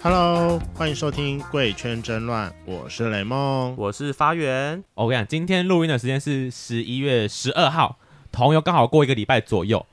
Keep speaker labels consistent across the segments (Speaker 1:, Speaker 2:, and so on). Speaker 1: Hello，欢迎收听《贵圈争乱》，我是雷梦。
Speaker 2: 我是发源，
Speaker 3: 哦我跟你讲，今天录音的时间是十一月十二号，同游刚好过一个礼拜左右。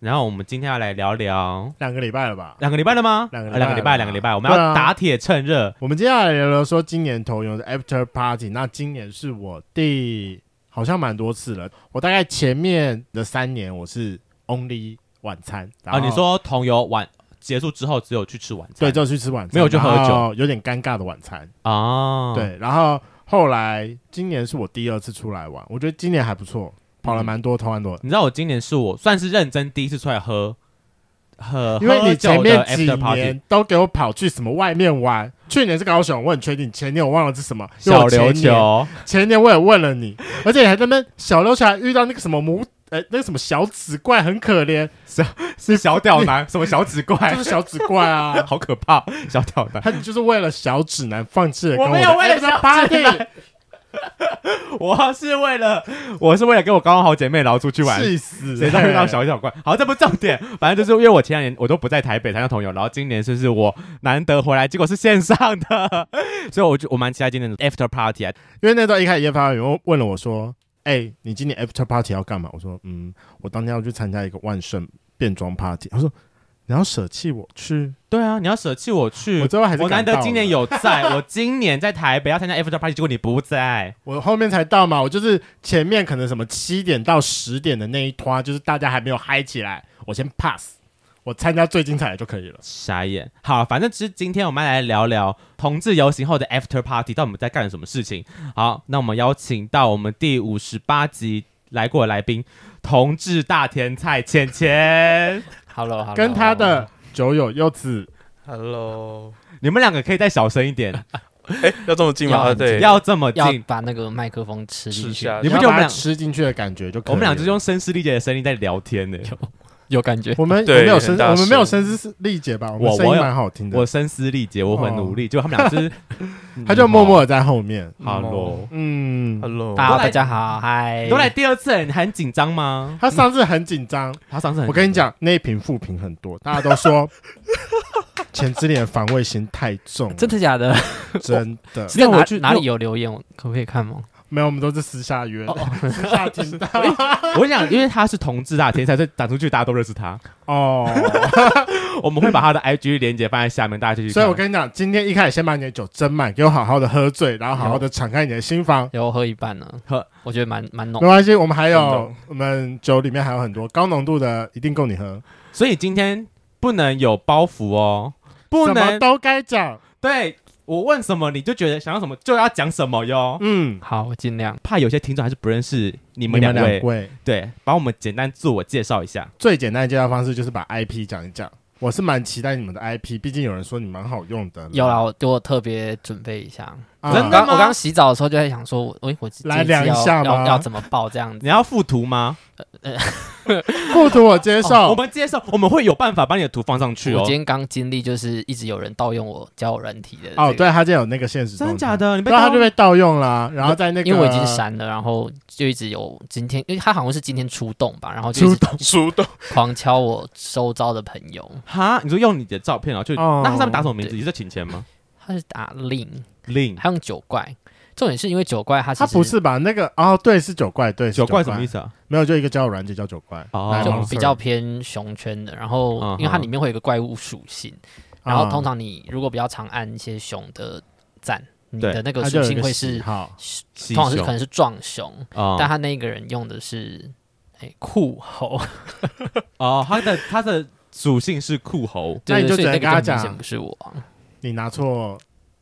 Speaker 3: 然后我们今天要来聊聊
Speaker 1: 两个礼拜了吧？
Speaker 3: 两个礼拜了吗？
Speaker 1: 两个礼拜
Speaker 3: 呃两个礼拜，
Speaker 1: 了吧
Speaker 3: 两个礼拜，我们要
Speaker 1: 对啊
Speaker 3: 打铁趁热。
Speaker 1: 我们接下来聊聊说今年投游的 After Party。那今年是我第好像蛮多次了，我大概前面的三年我是 Only 晚餐然
Speaker 3: 啊，
Speaker 1: 后
Speaker 3: 你说同游晚结束之后只有去吃晚餐？
Speaker 1: 对，就去吃晚餐，
Speaker 3: 没有就喝酒，
Speaker 1: 有点尴尬的晚餐。
Speaker 3: 啊，，
Speaker 1: 对，然后后来今年是我第二次出来玩，我觉得今年还不错，跑了蛮多，投完多。
Speaker 3: 你知道我今年是我算是认真第一次出来喝喝，
Speaker 1: 因为
Speaker 3: 喝
Speaker 1: 你
Speaker 3: 酒
Speaker 1: 前
Speaker 3: 的
Speaker 1: 面几
Speaker 3: after party，
Speaker 1: 年都给我跑去什么外面玩，去年是高雄，我很确定，前年我忘了是什么。因为
Speaker 3: 小
Speaker 1: 我前
Speaker 3: 琉
Speaker 1: 年，
Speaker 3: 球，
Speaker 1: 前年我也问了你，而且你还在那边小琉球还遇到那个什么母，呃，那个什么小紫怪，很可怜，
Speaker 3: 是小屌男，什么小 指
Speaker 1: 就
Speaker 3: 怪，
Speaker 1: 是小紫怪 啊。
Speaker 3: 好可怕，小屌男。
Speaker 1: 他就是为了小指男放弃了跟
Speaker 3: 我
Speaker 1: 的
Speaker 3: 没有为了
Speaker 1: after
Speaker 3: 小
Speaker 1: party，
Speaker 3: 我是为了，我是为了跟我高中好姐妹然后出去玩，
Speaker 1: 气死！
Speaker 3: 谁在遇到小小怪？好，这不是重点， 反正就是因为我前两年我都不在台北参加同游，然后今年就是我难得回来，结果是线上的， 所以我就我蛮期待今天的 after party 啊。
Speaker 1: 因为那时候一开始研发员问问了我说：“哎、你今年 after party 要干嘛？”我说：“嗯，我当天要去参加一个万圣变装 party。”他说：“你要舍弃我去
Speaker 3: 对啊，你要舍弃 我？”
Speaker 1: 我
Speaker 3: 去，
Speaker 1: 最后还是
Speaker 3: 我难得
Speaker 1: 赶到
Speaker 3: 今年
Speaker 1: 了，
Speaker 3: 有 在，我今年在台北要参加 after party，结果你不在，
Speaker 1: 我后面才到嘛，我就是前面可能什么七点到十点的那一团，就是大家还没有嗨起来，我先 pass，我参加最精彩的就可以了。
Speaker 3: 傻眼。好，反正其实今天我们来聊聊同志游行后的 after party，到底我们在干什么事情。好，那我们邀请到我们第五十八集来过的来宾，同志大甜菜浅浅。
Speaker 2: Hello，, hello
Speaker 1: 跟他的酒友柚子，
Speaker 2: Hello，
Speaker 3: 你们两个可以再小声 一点，
Speaker 2: 哎、要这么近吗？
Speaker 4: 要
Speaker 2: 啊，对，
Speaker 3: 要这么
Speaker 4: 要
Speaker 3: 近。
Speaker 4: 把那个麦克风吃进
Speaker 2: 吃
Speaker 4: 去，
Speaker 2: 下，
Speaker 3: 你不
Speaker 1: 要
Speaker 3: 觉得我们
Speaker 1: 把它
Speaker 3: 俩
Speaker 1: 吃进去的感觉就可以
Speaker 3: 我们俩就是
Speaker 1: 了
Speaker 3: 用声嘶力竭的声音在聊 天呢、
Speaker 4: 有感觉。
Speaker 1: 我们我
Speaker 2: 对
Speaker 1: 们有
Speaker 2: 很
Speaker 1: 声，
Speaker 2: 大
Speaker 1: 我们没有
Speaker 2: 声
Speaker 1: 声嘶力竭吧？我
Speaker 3: 我
Speaker 1: 们
Speaker 3: 我
Speaker 1: 声音
Speaker 3: 有
Speaker 1: 蛮好听的。，
Speaker 3: 我声嘶力竭，我很努力，结果他们俩就是
Speaker 1: 哦 他就默默的在后面。
Speaker 3: 嗯好 hello，
Speaker 1: 嗯，
Speaker 2: Hello，
Speaker 4: 大
Speaker 3: 都
Speaker 4: 家
Speaker 3: 来
Speaker 4: 大家好，嗨，
Speaker 3: 你都来第二次了，你还很紧张吗？
Speaker 1: 他上次很紧张，
Speaker 3: 他上次很，
Speaker 1: 我跟你，讲，那一瓶负评很多，大家都说 前之恋的防卫心太重 了，
Speaker 4: 真的假 的？
Speaker 1: 真的
Speaker 4: 是在
Speaker 3: 因为我
Speaker 4: 哪
Speaker 3: 去
Speaker 4: 哪
Speaker 3: 因为
Speaker 4: 里有留言？我可不可以看吗？
Speaker 1: 没有，我们都是私下约
Speaker 3: 哦
Speaker 1: 的，私下听 到
Speaker 3: 我想，因为他是同志大天才，所以打出去大家都认识 他。
Speaker 1: 哦。
Speaker 3: 我们会把他的 IG 连接放在下面，大家继续看。
Speaker 1: 所以我跟你讲，今天一开始先把你的酒斟满，给我好好的喝醉，然后好好的敞开你的心房。
Speaker 4: 有我喝一半呢，
Speaker 3: 喝，
Speaker 4: 我觉得蛮蛮浓
Speaker 1: 没。关系，我们还有
Speaker 2: 真
Speaker 1: 我们酒里面还有很多高浓度的，一定够你喝，
Speaker 3: 所以今天不能有包袱哦，不
Speaker 1: 什么
Speaker 3: 能
Speaker 1: 都该讲。
Speaker 3: 对我问什么你就觉得想要什么就要讲什么哟。
Speaker 1: 嗯，
Speaker 4: 好，我尽量。
Speaker 3: 怕有些听众还是不认识你
Speaker 1: 你
Speaker 3: 们两
Speaker 1: 两
Speaker 3: 位，
Speaker 1: 位
Speaker 3: 对，帮我们简单自我介绍一下。
Speaker 1: 最简单的介绍方式就是把 IP 讲一讲。我是蛮期待你们的 IP，毕竟有人说你蛮好用的。
Speaker 4: 有啦，我给我特别准备一下。
Speaker 1: 啊
Speaker 3: 真
Speaker 4: 我
Speaker 3: 的
Speaker 4: 刚
Speaker 3: 吗
Speaker 4: 我刚洗澡的时候就在想说，我我我
Speaker 1: 来
Speaker 4: 这次
Speaker 1: 量一下
Speaker 4: 要
Speaker 1: 吗
Speaker 4: 要要怎么报这样子？
Speaker 3: 你要附图吗？
Speaker 1: 不图我接受，
Speaker 3: 哦我们接受，我们会有办法把你的图放上去
Speaker 4: 我
Speaker 3: 哦
Speaker 4: 今。天刚经历就是一直有人盗用我交友软体的这个
Speaker 1: 哦，，对，他就有那个现实
Speaker 3: 真
Speaker 1: 动态，
Speaker 3: 的假的？你被
Speaker 1: 对，他
Speaker 4: 啊
Speaker 3: 盗
Speaker 1: 就被盗用了，然后在那个，
Speaker 4: 因为我已 经删了，然后就一直有今天，因为他好像是今天出动吧，然后就一
Speaker 1: 出
Speaker 4: 直
Speaker 1: 动，
Speaker 2: 熟的，
Speaker 4: 狂敲我周遭的朋友，
Speaker 3: 哈？你说用你的照片啊？就
Speaker 1: 哦
Speaker 3: 那他上面打什么名字？也是请钱吗
Speaker 4: 他是打令，
Speaker 3: 令
Speaker 4: 还用九怪。重点是因为九怪他其
Speaker 1: 他
Speaker 4: 实
Speaker 1: 不是吧？那个哦，对，是九怪，对，是
Speaker 3: 九
Speaker 1: 怪
Speaker 3: 怪什么意？思啊？
Speaker 1: 没有，就一个交友软件叫九怪，
Speaker 3: 哦
Speaker 1: 来
Speaker 4: 就
Speaker 1: 往
Speaker 4: 比
Speaker 1: 事
Speaker 4: 较，偏熊圈的，然后
Speaker 3: 嗯
Speaker 4: 因为它里面会有一个怪物属性，
Speaker 1: 啊
Speaker 4: 然后通常你如果比较常按一些熊的赞，你
Speaker 3: 对
Speaker 4: 的那个
Speaker 1: 啊他就
Speaker 4: 属
Speaker 1: 有一
Speaker 4: 性会
Speaker 1: 喜
Speaker 4: 是
Speaker 1: 好
Speaker 3: 西
Speaker 4: 嗯通常是
Speaker 3: 熊
Speaker 4: 可能是撞熊，
Speaker 3: 哦
Speaker 4: 但他那个人用的是哎酷猴，
Speaker 3: 哦，他的他的属性是酷猴，
Speaker 1: 那你就只能
Speaker 4: 对对所以那
Speaker 1: 跟他
Speaker 4: 个就
Speaker 1: 讲
Speaker 4: 明显不是我啊，
Speaker 1: 你拿错，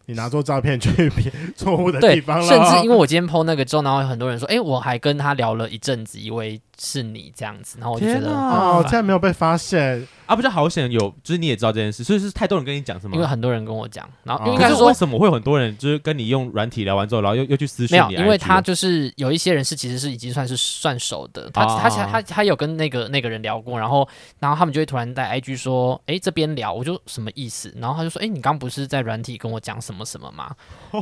Speaker 1: 你拿错照片去别错误的
Speaker 4: 对，
Speaker 1: 地方了，
Speaker 4: 甚至因为我今天 PO 那个之后，然后有很多人说，哎，我还跟他聊了一阵子，以为是你这样子，然后我就觉
Speaker 3: 天
Speaker 4: 得，
Speaker 1: 哦，
Speaker 3: 啊！
Speaker 1: 竟然没有被发现，
Speaker 3: 啊，不是好险有，就是你也知道这件事，所以是太多人跟你讲是吗？
Speaker 4: 因为很多人跟我讲，然后
Speaker 1: 哦
Speaker 4: 应
Speaker 3: 可
Speaker 4: 该
Speaker 3: 是
Speaker 4: 说
Speaker 3: 为什么会有很多人就是跟你用软体聊完之后，然后又又去私
Speaker 4: 没
Speaker 3: 讯
Speaker 4: 有，
Speaker 3: 你？
Speaker 4: 因为他就是有一些人是其实是已经算是算熟的，他、
Speaker 3: 哦
Speaker 4: 他他他他有跟那个那个人聊过，然后然后他们就会突然在 IG 说，诶，这边聊，我就什么意思？然后他就说，诶，你刚不是在软体跟我讲什么什么吗？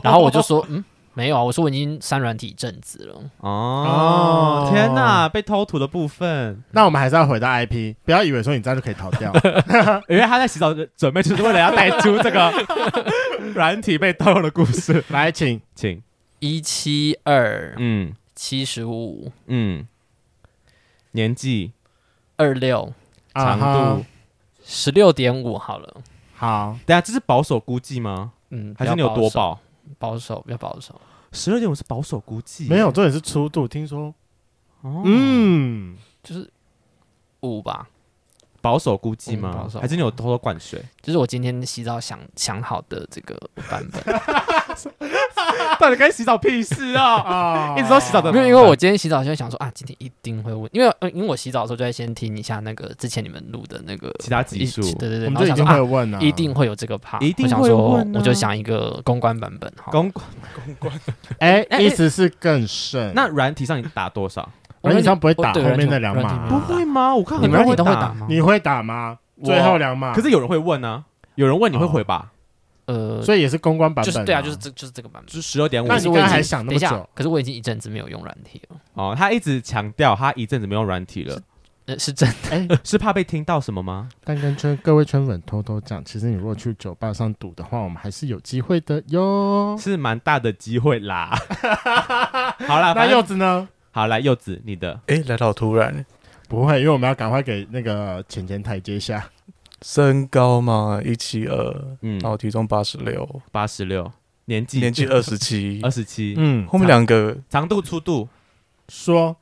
Speaker 4: 然后我就说，嗯，没有啊，我说我已经删软体一阵子了。
Speaker 3: 哦
Speaker 1: 哦，
Speaker 3: 天哪，被偷图的部分，
Speaker 1: 那我们还是要回到 IP，不要以为说你这样就可以逃掉。
Speaker 3: 因为他在洗澡的准备，就是为了要 带出这个软体被偷的故事，
Speaker 1: 来，请
Speaker 3: 请，
Speaker 4: 一七二
Speaker 3: 嗯
Speaker 4: 七十五
Speaker 3: 嗯，年纪、
Speaker 4: 二六
Speaker 3: 长度，
Speaker 1: 啊哈
Speaker 4: 十六点五好了，
Speaker 1: 好，
Speaker 3: 等啊下这是保守估计吗？
Speaker 4: 嗯，
Speaker 3: 还是你有多
Speaker 4: 保
Speaker 3: 保？
Speaker 4: 守？保守，比较保守。
Speaker 3: 十二点五是保守估计，
Speaker 1: 没有，重点是粗度。听说，
Speaker 3: 哦，
Speaker 1: 嗯，
Speaker 4: 就是五吧，
Speaker 3: 保守估计
Speaker 4: 嗯
Speaker 3: 吗
Speaker 4: 保？守
Speaker 3: 还是你有偷偷灌水？
Speaker 4: 就是我今天洗澡想想好的这个版本，
Speaker 3: 到底跟洗澡屁事啊？
Speaker 1: 啊
Speaker 3: 一直都洗澡的，
Speaker 4: 没有，因为我今天洗澡就会想说啊，今天一定会问，因为、呃、因为我洗澡的时候就会先听一下那个之前你们录的那个
Speaker 3: 其他集
Speaker 4: 一
Speaker 3: 数
Speaker 4: 对对对，
Speaker 1: 我
Speaker 4: 然
Speaker 1: 们
Speaker 4: 后
Speaker 1: 就已
Speaker 4: 想
Speaker 1: 经
Speaker 4: 说
Speaker 1: 会
Speaker 4: 啊，
Speaker 1: 问了，
Speaker 4: 一定会有这个 part，
Speaker 3: 一定
Speaker 4: 我想
Speaker 3: 会
Speaker 4: 说
Speaker 3: 问啊
Speaker 4: 我就想一个公关版本哈。
Speaker 3: 公
Speaker 1: 哎，
Speaker 3: 哎
Speaker 1: 意思是更甚。
Speaker 3: 那软体上你打多少？
Speaker 1: 软体上不会打
Speaker 4: 我对
Speaker 1: 后面
Speaker 4: 软体
Speaker 1: 那两
Speaker 4: 软体
Speaker 1: 码
Speaker 4: 没有
Speaker 1: 不
Speaker 4: 打
Speaker 3: 吗？我看
Speaker 4: 你
Speaker 3: 很
Speaker 4: 们
Speaker 3: 多人
Speaker 4: 软体都会
Speaker 3: 会
Speaker 4: 打吗？
Speaker 1: 你会打吗？
Speaker 3: 我
Speaker 1: 最后两码，
Speaker 3: 可是有人会问啊，有人问你会回吧？
Speaker 4: 呃，
Speaker 1: 所以也是公关版
Speaker 4: 就
Speaker 1: 本
Speaker 4: 是
Speaker 1: 啊，
Speaker 4: 对啊，就是这就是这个版本。
Speaker 3: 就是十二点五
Speaker 1: 那
Speaker 4: 可
Speaker 1: 你
Speaker 4: 是
Speaker 1: 刚
Speaker 4: 我已
Speaker 1: 才还
Speaker 4: 经
Speaker 1: 想那
Speaker 4: 等
Speaker 1: 么
Speaker 4: 一下
Speaker 1: 久，
Speaker 4: 可是我已经一阵子没有用软体了，
Speaker 3: 哦。他一直强调他一阵子没用软体了，
Speaker 4: 呃，是真的。
Speaker 1: 哎，
Speaker 3: 是怕被听到什么吗？
Speaker 1: 但跟圈各位圈粉偷偷讲，其实你如果去酒吧上赌的话，我们还是有机会的 哟。
Speaker 3: 是蛮大的机会啦。 好啦，
Speaker 1: 那
Speaker 3: 反
Speaker 1: 柚
Speaker 3: 正
Speaker 1: 子呢？
Speaker 3: 好来柚子，你的
Speaker 2: 哎，来得好突然。
Speaker 1: 不会，因为我们要赶快给那个浅浅台阶下。
Speaker 2: 身高嘛，一七二，
Speaker 3: 嗯
Speaker 2: 然后体重八十六，
Speaker 3: 八十六，年纪
Speaker 2: 年纪二十七
Speaker 3: 二，十七，
Speaker 1: 嗯
Speaker 2: 后面两个
Speaker 3: 长度粗度，
Speaker 1: 说，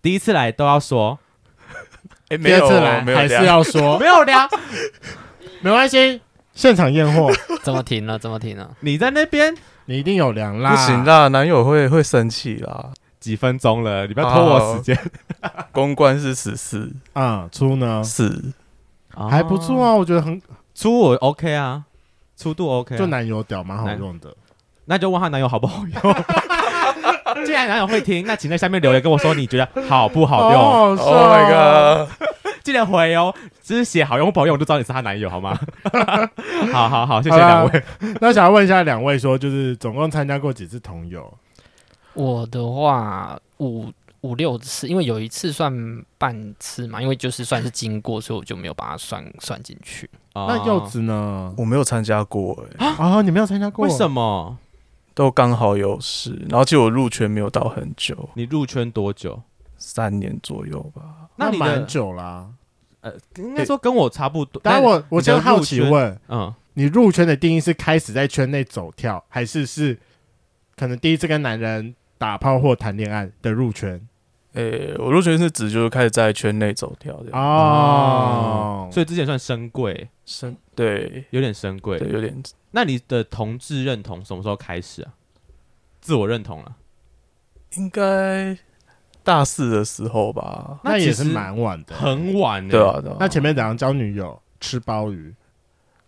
Speaker 3: 第一次来都要说
Speaker 2: 哎没
Speaker 1: 第二
Speaker 2: 有
Speaker 1: 次来
Speaker 2: 没有
Speaker 1: 还
Speaker 2: 这
Speaker 1: 是
Speaker 2: 样，
Speaker 1: 要说，
Speaker 3: 没有聊，
Speaker 1: 没关系，现场验货，
Speaker 4: 怎么停了？怎么停了？
Speaker 3: 你在那边
Speaker 1: 你一定有量啦。
Speaker 2: 不行啦，男友会会生气啦。
Speaker 3: 几分钟了，你不要拖我时间，
Speaker 2: 公关是十四
Speaker 1: 啊，粗呢
Speaker 2: 四，
Speaker 1: 还不错
Speaker 3: 哦，
Speaker 1: 啊，我觉得很
Speaker 3: 粗我 OK 啊，粗度 OK，啊
Speaker 1: 就男友屌蛮好用的。
Speaker 3: 那就问她男友好 不好用。既然男友会听，那请在下面留言跟我说你觉得好不好用。
Speaker 1: 哦
Speaker 2: Oh my god！
Speaker 3: 记得回哦，只是写好用不好用，我就知道你是她男友好 吗？好好好，谢谢
Speaker 1: 好啦
Speaker 3: 两位。
Speaker 1: 那想要问一下两位说就是总共参加过几次同游？
Speaker 4: 我的话五五六次，因为有一次算半次嘛，因为就是算是经过，所以我就没有把它算 算进去。
Speaker 3: 哦
Speaker 1: 那柚子呢？
Speaker 2: 我没有参加过，哎，
Speaker 1: 啊，你没有参加过？
Speaker 3: 为什
Speaker 1: 么？
Speaker 3: 么
Speaker 2: 都刚好有事。然后其实我入圈没有到很久，
Speaker 3: 你入圈多久？
Speaker 2: 三年左右吧。
Speaker 1: 那
Speaker 3: 你
Speaker 1: 蛮
Speaker 3: 的
Speaker 1: 久啦。
Speaker 3: 呃，应该说跟我差不多。
Speaker 1: 但我我
Speaker 3: 你的
Speaker 1: 真好
Speaker 3: 入
Speaker 1: 奇
Speaker 3: 圈
Speaker 1: 问，
Speaker 3: 嗯，
Speaker 1: 你入圈的定义是开始在圈内走跳，还是是可能第一次跟男人打炮或谈恋爱的入圈？
Speaker 2: 诶，我入圈是指就是开始在圈内走跳的啊，
Speaker 1: 哦，
Speaker 3: 所以之前算深贵，
Speaker 2: 深对
Speaker 3: 有点深贵
Speaker 2: 对，。有点
Speaker 3: 那你的同志认同什么时候开始啊？自我认同了，
Speaker 2: 应该大四的时候吧。
Speaker 1: 那
Speaker 3: 其
Speaker 1: 也是
Speaker 3: 实
Speaker 1: 蛮晚的。
Speaker 3: 很晚欸
Speaker 2: 对啊，对啊，
Speaker 1: 那前面怎样交女友？吃鲍鱼？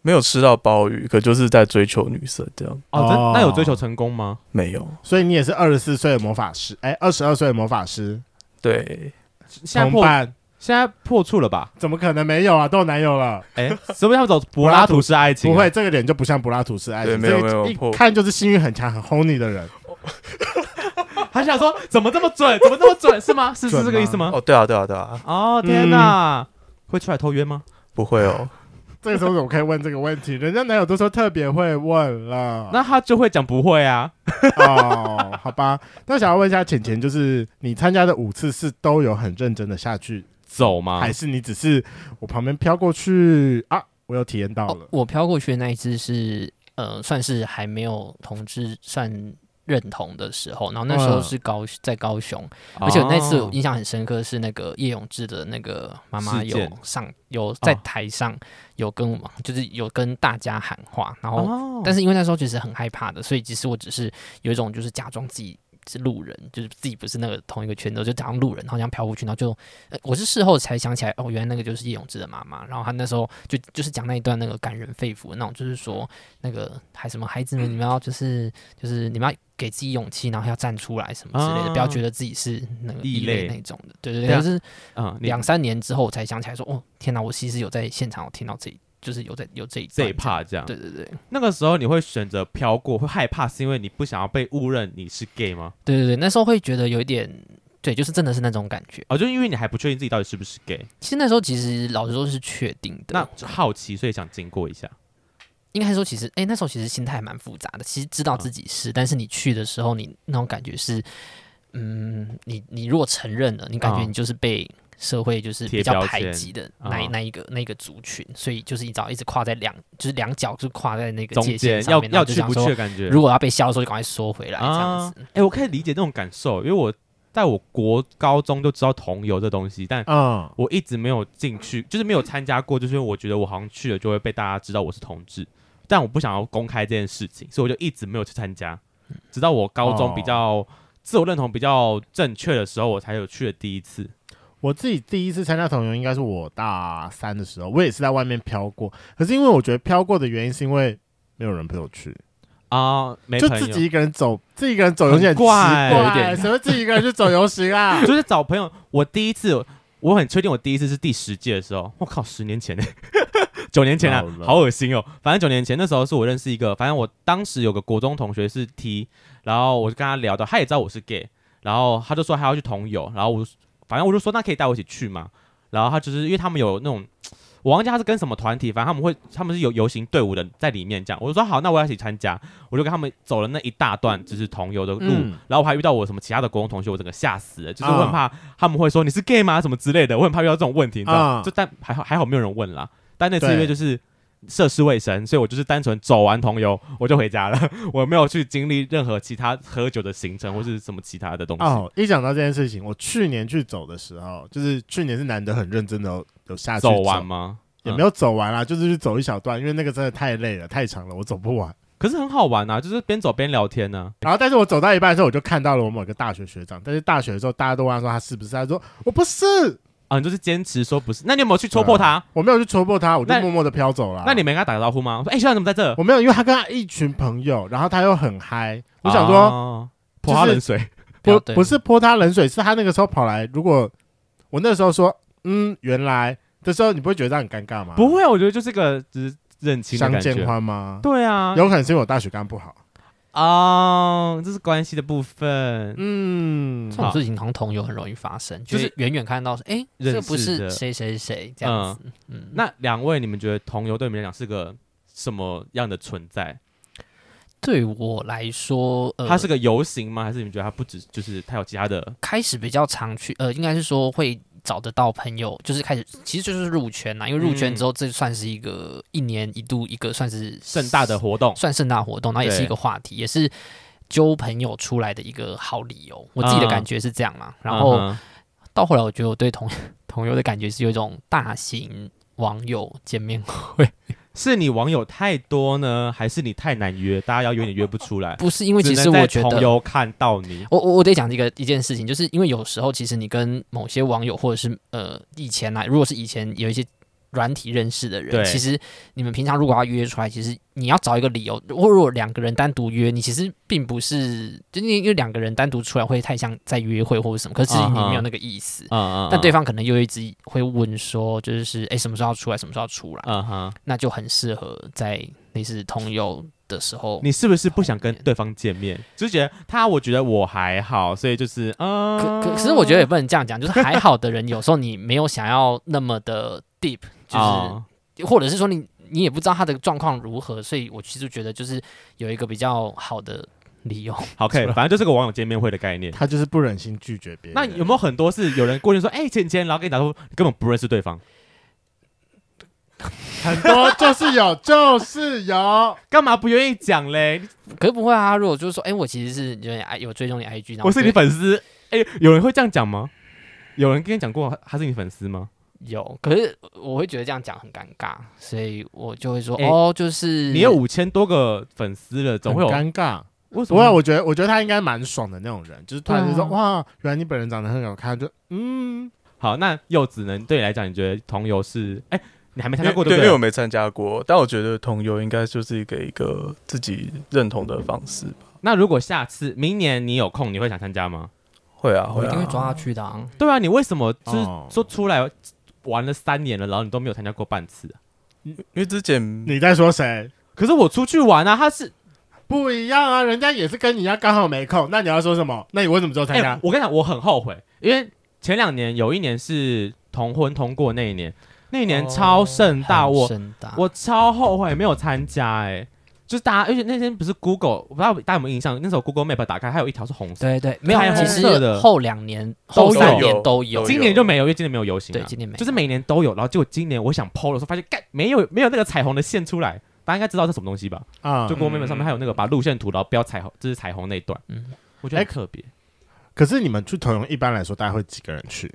Speaker 2: 没有吃到鲍鱼，可就是在追求女生这样，
Speaker 3: 哦，真
Speaker 1: 哦
Speaker 3: 那有追求成功吗？
Speaker 2: 没有。
Speaker 1: 所以你也是二十四岁的魔法师，哎，二十二岁的魔法师，
Speaker 2: 对，
Speaker 3: 现在
Speaker 1: 同
Speaker 3: 破
Speaker 1: 伴
Speaker 3: 现在破处了 吧？
Speaker 1: 怎么可能没有啊？都有男友了，
Speaker 3: 哎，什么叫走柏拉图式爱情啊？
Speaker 1: 不会，这个脸就不像柏拉图式爱情，
Speaker 2: 对没有
Speaker 1: 这个
Speaker 2: 没有
Speaker 1: 一
Speaker 2: 破
Speaker 1: 看就是性欲很强、很 horny 的人。
Speaker 3: 他想说怎么这么准，怎么这么准是吗？是
Speaker 1: 准
Speaker 3: 是这个
Speaker 1: 吗
Speaker 3: 意思吗？
Speaker 2: 哦，对啊，对啊，对啊，
Speaker 3: 哦天哪，会出来偷约吗？
Speaker 2: 不会哦，
Speaker 1: 这个时候怎么可以问这个问题？人家男友都说特别会问了。
Speaker 3: 那他就会讲不会啊。
Speaker 1: 哦， 好吧，那想要问一下浅浅，就是你参加的五次是都有很认真的下去，
Speaker 3: 走吗？
Speaker 1: 还是你只是我旁边飘过去啊？我有体验到
Speaker 4: 哦
Speaker 1: 了，
Speaker 4: 我飘过去的那一次是呃，算是还没有同志算认同的时候，然后那时候
Speaker 1: 嗯
Speaker 4: 是高、在高雄，
Speaker 3: 哦
Speaker 4: 而且我那次我印象很深刻，是那个叶永志的那个妈妈
Speaker 3: 事
Speaker 4: 有
Speaker 3: 件
Speaker 4: 上有在
Speaker 3: 哦
Speaker 4: 台上有跟我们就是有跟大家喊话，然后
Speaker 3: 哦，
Speaker 4: 但
Speaker 3: 是
Speaker 4: 是因为那时候其实很害怕的，所以其实我只是有一种就是假装自己是路人，就是自己不是那个同一个圈的，我就假装路人，然后这样飘过去，然后就、呃我是事后才想起来，哦，原来那个就是叶永志的妈妈。然后她那时候就就是讲那一段那个感人肺腑的那种，就是说那个还什么孩子们，你们要就是就是你们要给自己勇气，然后要站出来什么之类的，不要觉得自己是那个
Speaker 3: 异
Speaker 4: 异类
Speaker 3: 类
Speaker 4: 那种的。对对
Speaker 3: 对
Speaker 4: 对，
Speaker 3: 啊
Speaker 4: 就是
Speaker 3: 嗯，你
Speaker 4: 两三年之后我才想起来说，哦，天哪，我其实有在现场有听到这一就是有在有这一
Speaker 3: 这
Speaker 4: 段
Speaker 3: 一趴这样。
Speaker 4: 对对对对
Speaker 3: 那个时候你会选择飘过，会害怕，是因为你不想要被误认你是 gay 吗？
Speaker 4: 对对，那时候会觉得有一点，对，就是真的是那种感觉。
Speaker 3: 哦，就是因为你还不确定自己到底是不是 gay，
Speaker 4: 其实那时候其实老实说是确定的，
Speaker 3: 那就好奇，所以想经过一下。
Speaker 4: 应该说，其实哎、那时候其实心态还蛮复杂的。其实知
Speaker 3: 嗯
Speaker 4: 道自己是，但是你去的时候，你那种感觉是，嗯，你你如果承认了，你感觉
Speaker 3: 嗯
Speaker 4: 你就是被社会就是
Speaker 3: 贴
Speaker 4: 比较
Speaker 3: 标
Speaker 4: 排
Speaker 3: 签
Speaker 4: 挤的那一
Speaker 3: 嗯
Speaker 4: 那一个那一个族群，所以就是你只要一直跨在两，就是两脚就跨在那个
Speaker 3: 中
Speaker 4: 界限
Speaker 3: 间
Speaker 4: 上
Speaker 3: 要
Speaker 4: 面，然
Speaker 3: 要
Speaker 4: 后就
Speaker 3: 去
Speaker 4: 想
Speaker 3: 不去
Speaker 4: 说，
Speaker 3: 的感觉。
Speaker 4: 如果要被笑的时候，就赶快缩回来这样
Speaker 3: 啊
Speaker 4: 子。
Speaker 3: 哎、我可以理解那种感受，因为我在我国高中就知道同游这东西，但
Speaker 1: 嗯，
Speaker 3: 我一直没有进去，就是没有参加过，就是因为我觉得我好像去了就会被大家知道我是同志，但我不想要公开这件事情，所以我就一直没有去参加，直到我高中比
Speaker 1: 哦
Speaker 3: 较自我认同比较正确的时候，我才有去的第一次。
Speaker 1: 我自己第一次参加同游应该是我大三的时候，我也是在外面飘过。可是因为我觉得飘过的原因是因为没有人陪我去，
Speaker 3: 啊、没
Speaker 1: 就
Speaker 3: 朋
Speaker 1: 自
Speaker 3: 友
Speaker 1: 己，一个人走，自己一个人走有点
Speaker 3: 很
Speaker 1: 奇
Speaker 3: 怪有
Speaker 1: 怪，
Speaker 3: 点？
Speaker 1: 谁会自己一个人去走游行啊
Speaker 3: 就是找朋友。我第一次，我很确定，我第一次是第十届的时候，我靠，十年前呢、九年前啊
Speaker 1: 好，了
Speaker 3: 好恶心哦！反正九年前那时候是我认识一个，反正我当时有个国中同学是 T，然后我就跟他聊到，他也知道我是 gay，然后他就说他要去同游，然后我就反正我就说那可以带我一起去嘛，然后他就是因为他们有那种。我忘记他是跟什么团体，反正他们会，他们是有游行队伍的在里面这样。我就说好，那我要一起参加，我就跟他们走了那一大段就是同游的路，
Speaker 1: 嗯
Speaker 3: 然后我还遇到我什么其他的国中同学，我整个吓死了，就是我很怕他们会说你是 gay 吗什么之类的，我很怕遇到这种问题，你知道吗？
Speaker 1: 啊
Speaker 3: 就但还好还好没有人问啦，但那次
Speaker 1: 对
Speaker 3: 因为就是涉世未深，所以我就是单纯走完同游我就回家了， 我没有去经历任何其他喝酒的行程或是什么其他的东西。
Speaker 1: 哦，一讲到这件事情，我去年去走的时候，就是去年是难得很认真的有下去
Speaker 3: 走完吗？
Speaker 1: 也
Speaker 3: 嗯
Speaker 1: 没有走完啦，就是去走一小段，因为那个真的太累了，太长了，我走不完。
Speaker 3: 可是很好玩啊，就是边走边聊天啊呢、
Speaker 1: 然后，但是我走到一半的时候，我就看到了我某个大学学长。但是大学的时候，大家都问他说他是不是，他说我不是，
Speaker 3: 啊，你就是坚持说不是。那你有没有去戳破他？
Speaker 1: 我没有去戳破他，我就
Speaker 3: 那
Speaker 1: 默默的飘走了。
Speaker 3: 那你没跟他打个招呼啊吗？我说，哎、学长怎么在这？
Speaker 1: 我没有，因为他跟他一群朋友，然后他又很嗨。我想说，
Speaker 3: 哦
Speaker 1: 就
Speaker 3: 泼、
Speaker 1: 是
Speaker 3: 他冷水。
Speaker 1: 不
Speaker 4: 啊对
Speaker 1: 不是泼他冷水，是他那个时候跑来。如果我那时候说，嗯，原来的时候，你不会觉得这样很尴尬吗？
Speaker 3: 不会，啊，我觉得就是个只是认清的
Speaker 1: 相
Speaker 3: 感
Speaker 1: 见
Speaker 3: 觉。
Speaker 1: 欢吗？
Speaker 3: 对啊，
Speaker 1: 有可能是因为我大学刚不好。
Speaker 3: 哦，这是关系的部分。
Speaker 1: 嗯
Speaker 4: 这，种事情好像同游很容易发生，
Speaker 3: 就
Speaker 4: 就是是远远看到是哎、
Speaker 3: 认
Speaker 4: 这不
Speaker 3: 识
Speaker 4: 是
Speaker 3: 的
Speaker 4: 谁谁谁这样子。嗯，
Speaker 3: 那两位，你们觉得同游对你们来讲是个什么样的存在？
Speaker 4: 对我来说，呃，
Speaker 3: 它是个游行吗？还是你们觉得它不止，就是它有其他的？
Speaker 4: 开始比较常去，呃，应该是说会找得到朋友，就是开始，其实就是入圈啦，因为入
Speaker 3: 嗯
Speaker 4: 圈之后，这算是一个一年一度一个算是
Speaker 3: 盛大的活动
Speaker 4: 算盛大活动，然后也是
Speaker 3: 对
Speaker 4: 一个话题，也是揪朋友出来的一个好理由。我自己的感觉是这样啦。 然后
Speaker 3: 嗯嗯哼
Speaker 4: 到后来，我觉得我对同 同游的感觉是有一种大型网友见面会，
Speaker 3: 是你网友太多呢，还是你太难约，大家要约你约不出来？
Speaker 4: 不是 因为其
Speaker 3: 只
Speaker 4: 实
Speaker 3: 能在
Speaker 4: 我觉得
Speaker 3: 同游看到你，
Speaker 4: 我我我得讲一个一件事情，就是因为有时候其实你跟某些网友或者是呃以前来，如果是以前有一些软体认识的
Speaker 3: 对
Speaker 4: 人，其实你们平常如果要约出来，其实你要找一个理由，或如果两个人单独约，你其实并不是，就因为因为两个人单独出来会太像在约会或者什么，可是
Speaker 3: 啊
Speaker 4: 你
Speaker 3: 哈
Speaker 4: 没有那个意思。
Speaker 3: 嗯嗯，
Speaker 4: 但对
Speaker 3: 方，
Speaker 4: 方可能又一直会问说，就是哎、诶什么时候要出来，什么时候要出来，
Speaker 3: 嗯哼，
Speaker 4: 那就很适合在类似通友的时候
Speaker 3: 你是不是不想跟对方见面？就是觉得他，我觉得我还好，所以就是，嗯，
Speaker 4: 可可可是我觉得也不能这样讲，就是还好的人，有时候你没有想要那么的 deep，就是、
Speaker 3: 哦
Speaker 4: 或者是说你你也不知道他的状况如何，所以我其实觉得就是有一个比较好的理由。
Speaker 3: 好，OK，反正就是个网友见面会的概念。
Speaker 1: 他就是不忍心拒绝别人。
Speaker 3: 那有没有很多是有人过去说，哎、芊芊，然后跟你打招呼，你根本不认识对方，
Speaker 1: 很多就是有，就是 有。
Speaker 3: 干嘛不愿意讲嘞？
Speaker 4: 可是不会啊，如果就是说，哎、我其实是有点 I 有追踪你 IG，然后
Speaker 3: 我是你
Speaker 4: 就
Speaker 3: 粉丝，哎、有人会这样讲吗？有人跟你讲过他是你粉丝吗？
Speaker 4: 有，可是我会觉得这样讲很尴尬，所以我就会说，
Speaker 3: 哎
Speaker 4: 哦，就是
Speaker 3: 你有五千多个粉丝了，总会有
Speaker 1: 很尴尬。
Speaker 3: 为什
Speaker 1: 不会，
Speaker 3: 么？
Speaker 1: 我觉得我觉得他应该蛮爽的那种人，就是突然就说、
Speaker 4: 对
Speaker 3: 啊
Speaker 1: 哇，原来你本人长得很好看，就嗯，
Speaker 3: 好，那柚子呢？对你来讲，你觉得同游是哎、你还没参加过
Speaker 2: 因为
Speaker 3: 对不
Speaker 2: 因为我
Speaker 3: 对？
Speaker 2: 没参加过，但我觉得同游应该就是给一个自己认同的方式吧。
Speaker 3: 那如果下次明年你有空，你会想参加吗？
Speaker 2: 会
Speaker 3: 哦
Speaker 2: 啊，
Speaker 4: 我
Speaker 2: 会
Speaker 4: 一定会抓
Speaker 2: 啊。
Speaker 4: 他去的、啊。
Speaker 3: 对啊，你为什么就是
Speaker 1: 哦
Speaker 3: 说出来玩了三年了，然后你都没有参加过半次？啊
Speaker 2: 因为之前
Speaker 1: 你在说谁？
Speaker 3: 可是我出去玩啊，他是
Speaker 1: 不一样啊，人家也是跟你一样刚好没空。那你要说什么？那你为什么只有参
Speaker 3: 哎、
Speaker 1: 加？
Speaker 3: 我跟你讲，我很后悔，因为前两年有一年是同婚通过那一年，那一年
Speaker 2: 哦
Speaker 3: 超盛大，我
Speaker 4: 盛大，
Speaker 3: 我超后悔没有参加、哎，就是大家，而且那天不是 Google，我不知道大家有没有印象，那时候 Google Map 打开，还有一条是红色，
Speaker 4: 对对，没有
Speaker 3: 彩，虹
Speaker 4: 其实
Speaker 3: 色的
Speaker 4: 后两年、
Speaker 3: 都
Speaker 4: 后三
Speaker 2: 有
Speaker 4: 年都有
Speaker 2: 都，
Speaker 3: 今年就没有，因为今年没有游行、啊，
Speaker 4: 对，今年没有，
Speaker 3: 就是每年都有，然后结果今年我想 PO 的时候，发现干没有没有那个彩虹的线出来，大家应该知道是什么东西吧？
Speaker 1: 啊、
Speaker 3: 就 Google Map 上面还有那个把路线图，然后标彩虹，这是彩虹那一段，
Speaker 4: 嗯，
Speaker 3: 我觉得很特别。
Speaker 1: 可是你们去投泳一般来说大概会几个人去？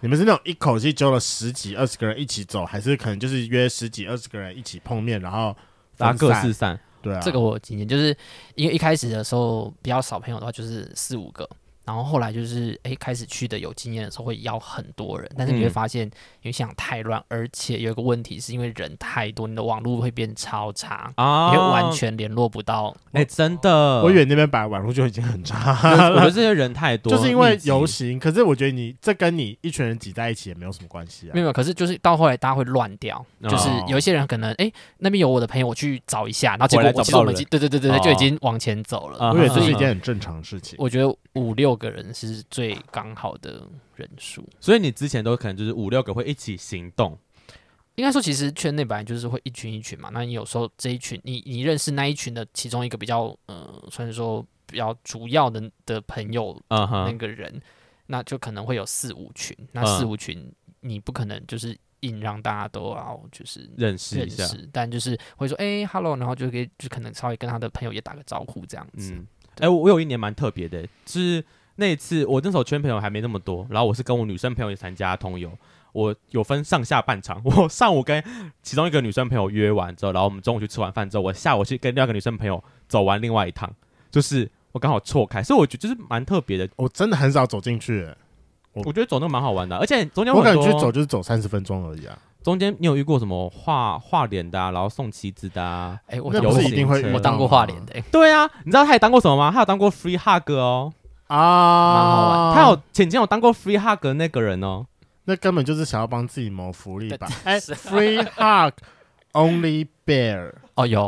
Speaker 1: 你们是那种一口气揪了十几二十个人一起走，还是可能就是约十几二十个人一起碰面，然后
Speaker 3: 大家各
Speaker 1: 分散
Speaker 3: 自散，
Speaker 1: 对啊？
Speaker 4: 这个我有经验，就是因为一开始的时候比较少朋友的话，就是四五个。然后后来就是，哎，开始去的有经验的时候会邀很多人，但是你会
Speaker 3: 嗯
Speaker 4: 发现，因为现场太乱，而且有一个问题是因为人太多，你的网络会变超差，
Speaker 3: 啊，
Speaker 4: 你会完全联络不到。
Speaker 3: 哎、真的，
Speaker 1: 我以为那边本来网络就已经很 差，
Speaker 3: 我觉得这些人太多，
Speaker 1: 就是因为
Speaker 3: 密集
Speaker 1: 游行。可是我觉得你这跟你一群人挤在一起也没有什么关系啊
Speaker 4: 没。有，可是就是到后来大家会乱掉，
Speaker 3: 哦
Speaker 4: 就是有一些人可能，哎，那边有我的朋友，我去找一下，然后结
Speaker 3: 回
Speaker 4: 果
Speaker 3: 来
Speaker 4: 我
Speaker 3: 找不
Speaker 4: 其实
Speaker 3: 到
Speaker 4: 我们已
Speaker 3: 人
Speaker 4: 经对对对对对，
Speaker 3: 哦
Speaker 4: 就已经往前走了。
Speaker 3: 啊
Speaker 1: 我以为这是一
Speaker 4: 嗯
Speaker 1: 件很正常的事情。
Speaker 4: 我觉得五六个人是最刚好的人数。
Speaker 3: 所以你之前都可能就是五六个会一起行动，
Speaker 4: 应该说，其实圈内本来就是会一群一群嘛。那你有时候这一群，你你认识那一群的其中一个比较，呃，算是说比较主要的的朋友
Speaker 3: 嗯
Speaker 4: 那
Speaker 3: 哼，
Speaker 4: 个人，那就可能会有四五群。那
Speaker 3: 嗯
Speaker 4: 四五群，你不可能就是硬让大家都要就是
Speaker 3: 认识
Speaker 4: 认
Speaker 3: 一下，
Speaker 4: 识，但就是会说，哎、h e l l o 然后就可以就可能稍微跟他的朋友也打个招呼这样子。
Speaker 3: 嗯，哎、我我有一年蛮特别的、就是那一次我那时候圈朋友还没那么多，然后我是跟我女生朋友一起参加通游，我有分上下半场，我上午跟其中一个女生朋友约完之后，然后我们中午去吃完饭之后，我下午去跟另外一个女生朋友走完另外一趟，就是我刚好错开，所以我觉得就是蛮特别的，
Speaker 1: 我真的很少走进去、
Speaker 3: 我觉得走那个蛮好玩的，而且中间有
Speaker 1: 我
Speaker 3: 很
Speaker 1: 可能
Speaker 3: 多
Speaker 1: 去走就是走三十分钟而已啊，
Speaker 3: 中间你有遇过什么画画脸的、啊，然后送旗子的、啊？
Speaker 4: 哎、我
Speaker 1: 那
Speaker 4: 当
Speaker 1: 不
Speaker 4: 过
Speaker 1: 是一定会嗯遇
Speaker 4: 我当
Speaker 3: 哦
Speaker 4: 过
Speaker 1: 到
Speaker 4: 画
Speaker 1: 吗
Speaker 4: 脸的、哎
Speaker 3: 对啊，你知道他也当过什么吗？他有当过 free hug 哦，
Speaker 4: 蛮好
Speaker 1: 啊，
Speaker 4: 玩
Speaker 3: 他有前前有当过 free hug 的那个人哦。
Speaker 1: 那根本就是想要帮自己谋福利吧？哎、
Speaker 4: 是
Speaker 1: f r e e hug only bear，
Speaker 4: 哦有，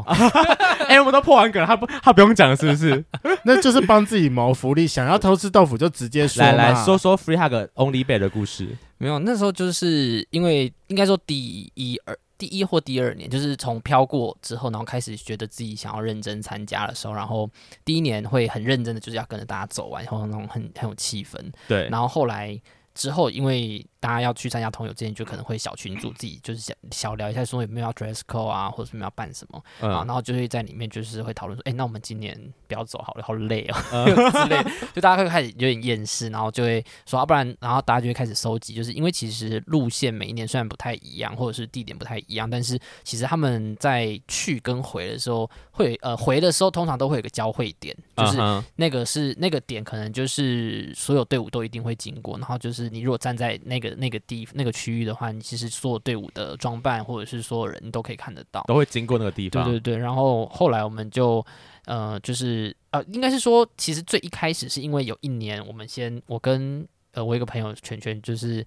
Speaker 3: 哎、我们都破完梗了，他不他不用讲了是不 是？
Speaker 1: 那就是帮自己谋福利。想要偷吃豆腐就直接说嘛
Speaker 3: 来来说说 free hug only bear 的故事。
Speaker 4: 没有，那时候就是因为应该说第一二第一或第二年，就是从飘过之后，然后开始觉得自己想要认真参加的时候，然后第一年会很认真的，就是要跟着大家走完，然后那种很很有气氛。
Speaker 3: 对，
Speaker 4: 然后后来之后，因为大家要去参加同友之前，就可能会小群组自己就是小小聊一下，说有没有要 dress code 啊，或者是有没有要办什么啊，
Speaker 3: 嗯，
Speaker 4: 然后就会在里面就是会讨论说，哎、那我们今年不要走好了，好累哦、
Speaker 3: 嗯
Speaker 4: 之类的，就大家会开始有点厌世，然后就会说，啊要不然，然后大家就会开始收集，就是因为其实路线每一年虽然不太一样，或者是地点不太一样，但是其实他们在去跟回的时候会，呃，回的时候通常都会有个交汇点，就是
Speaker 3: 嗯哼
Speaker 4: 那个是那个点，可能就是所有队伍都一定会经过。然后就是你如果站在那个那个地那个区域的话，你其实所有队伍的装扮或者是所有人你都可以看得到。
Speaker 3: 都会经过那个地
Speaker 4: 对
Speaker 3: 方。
Speaker 4: 对对，然后后来我们就呃，就是呃，应该是说，其实最一开始是因为有一年我们先，我跟呃我一个朋友圈圈，就是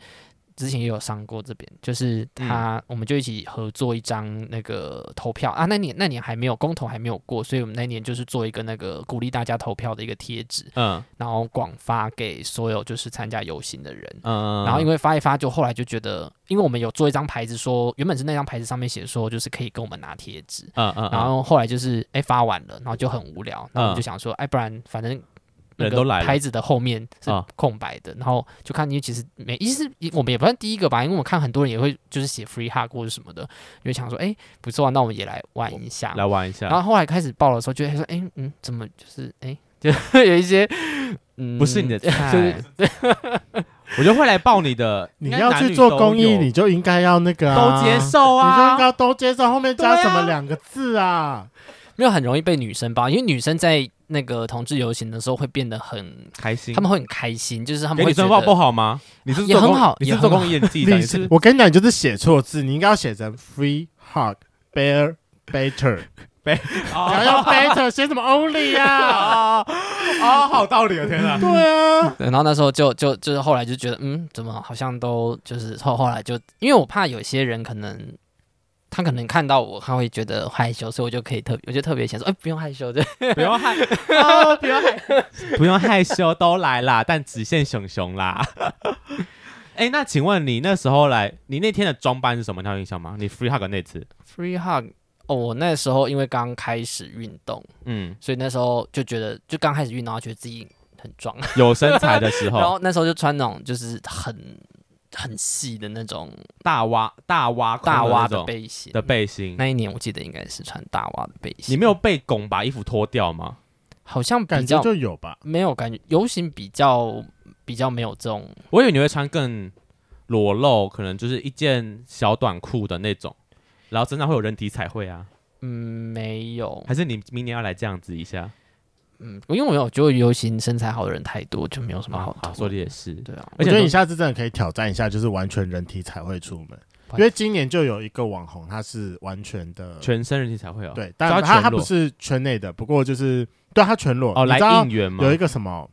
Speaker 4: 之前也有上过这边，就是他、我们就一起合作一张那个投票啊，那年那年还没有公投还没有过，所以我们那年就是做一个那个鼓励大家投票的一个贴纸，
Speaker 3: 嗯
Speaker 4: 然后广发给所有就是参加游行的人。
Speaker 3: 嗯，
Speaker 4: 然后因
Speaker 3: 为
Speaker 4: 为发一发，就后来就觉得，因为我们有做一张牌子说原本是那张牌子上面写说，就是可以跟我们拿贴纸，
Speaker 3: 嗯嗯，
Speaker 4: 然后后来就是哎、发完了，然后就很无聊，然后我
Speaker 3: 嗯
Speaker 4: 们就想说，哎、不然反正。
Speaker 3: 人都来了
Speaker 4: 牌子的后面是
Speaker 3: 啊
Speaker 4: 空白的，然后就看，因为其实每一是我们也不算第一个吧，因为我看很多人也会就是写 free hug 或者什么的，就想说，哎、不错、啊，那我们也来玩一下。
Speaker 3: 来玩一下，
Speaker 4: 然后后来开始报的时候，就会说，哎、嗯，怎么就是哎、 就有一些嗯
Speaker 3: 不是你的菜，
Speaker 4: 就是
Speaker 3: 我就会来抱你的。
Speaker 1: 你
Speaker 3: 应该
Speaker 1: 要
Speaker 3: 男
Speaker 1: 去
Speaker 3: 女
Speaker 1: 做
Speaker 3: 都
Speaker 1: 公益，
Speaker 3: 有
Speaker 1: 你就应该要那个、啊、
Speaker 3: 都接受
Speaker 1: 你就应该
Speaker 3: 啊。
Speaker 1: 要都接受，后面加
Speaker 3: 对啊
Speaker 1: 什么两个字啊？
Speaker 4: 没有很容易被女生抱，因为女生在那个同志游行的时候会变得很，
Speaker 3: 开心
Speaker 4: 他，们会很开心，就是他
Speaker 3: 给女
Speaker 4: 们会觉
Speaker 3: 生抱不
Speaker 4: 得
Speaker 3: 好吗？你是
Speaker 4: 也
Speaker 3: 做
Speaker 4: 很
Speaker 3: 公
Speaker 4: 好
Speaker 3: 你
Speaker 4: 也
Speaker 3: 是做
Speaker 4: 很
Speaker 3: 公益的自己讲，
Speaker 1: 你
Speaker 3: 你是
Speaker 1: 我跟你讲，你就是写错字，你应该要写成 free hug bear better，然后
Speaker 3: 哦
Speaker 1: 要 better 写什么 only 啊？
Speaker 3: 啊啊，好道理啊！天 哪，
Speaker 1: 对啊，
Speaker 4: 对，然后那时候就就就是后来就觉得，嗯，怎么好像都就是后后来就，因为我怕有些人可能他可能看到我，他会觉得害羞，所以我就可以特别，我就特别想说，哎、不用害羞，对，
Speaker 3: 不用害，哦、不用害， 不用害羞，都来啦，但只限熊熊啦。 哎、那请问你那时候来，你那天的装扮是什么？你还有印象吗？你 free hug 那次，
Speaker 4: free hug。哦，我那时候因为刚开始运动，
Speaker 3: 嗯，
Speaker 4: 所以那时候就觉得，就刚开始运动，然后觉得自己很壮，
Speaker 3: 有身材的时
Speaker 4: 然
Speaker 3: 候，
Speaker 4: 后那时候就穿那种就是很很细的那种
Speaker 3: 大挖大挖空
Speaker 4: 大
Speaker 3: 那
Speaker 4: 袜的
Speaker 3: 种
Speaker 4: 背心。
Speaker 3: 的背心，
Speaker 4: 那一年我记得应该是穿大袜的背心，
Speaker 3: 你没有被拱把衣服脱掉吗？
Speaker 4: 好像比
Speaker 1: 感觉
Speaker 4: 较
Speaker 1: 就有吧。
Speaker 4: 没有感觉，游行比较比较没有这种，
Speaker 3: 我以为你会穿更裸露，可能就是一件小短裤的那种，然后身上会有人体彩绘啊，
Speaker 4: 嗯，没有，
Speaker 3: 还是你明年要来这样子一下？
Speaker 4: 嗯，因为我有觉得游行身材好的人太多，就没有什么好
Speaker 3: 好
Speaker 4: 脱
Speaker 3: 说的也是，
Speaker 4: 对啊，
Speaker 1: 我
Speaker 3: 而
Speaker 1: 觉得
Speaker 3: 且
Speaker 1: 你下次真的可以挑战一下，就是完全人体彩绘出门，因为今年就有一个网红，他是完全的
Speaker 3: 全身人体彩绘哦，
Speaker 1: 对，
Speaker 3: 所
Speaker 1: 但
Speaker 3: 以他
Speaker 1: 他他
Speaker 3: 全裸
Speaker 1: 不是圈内的，不过就是对他全裸
Speaker 3: 哦，
Speaker 1: 你
Speaker 3: 来
Speaker 1: 知道
Speaker 3: 应援嘛
Speaker 1: 有，一个什么，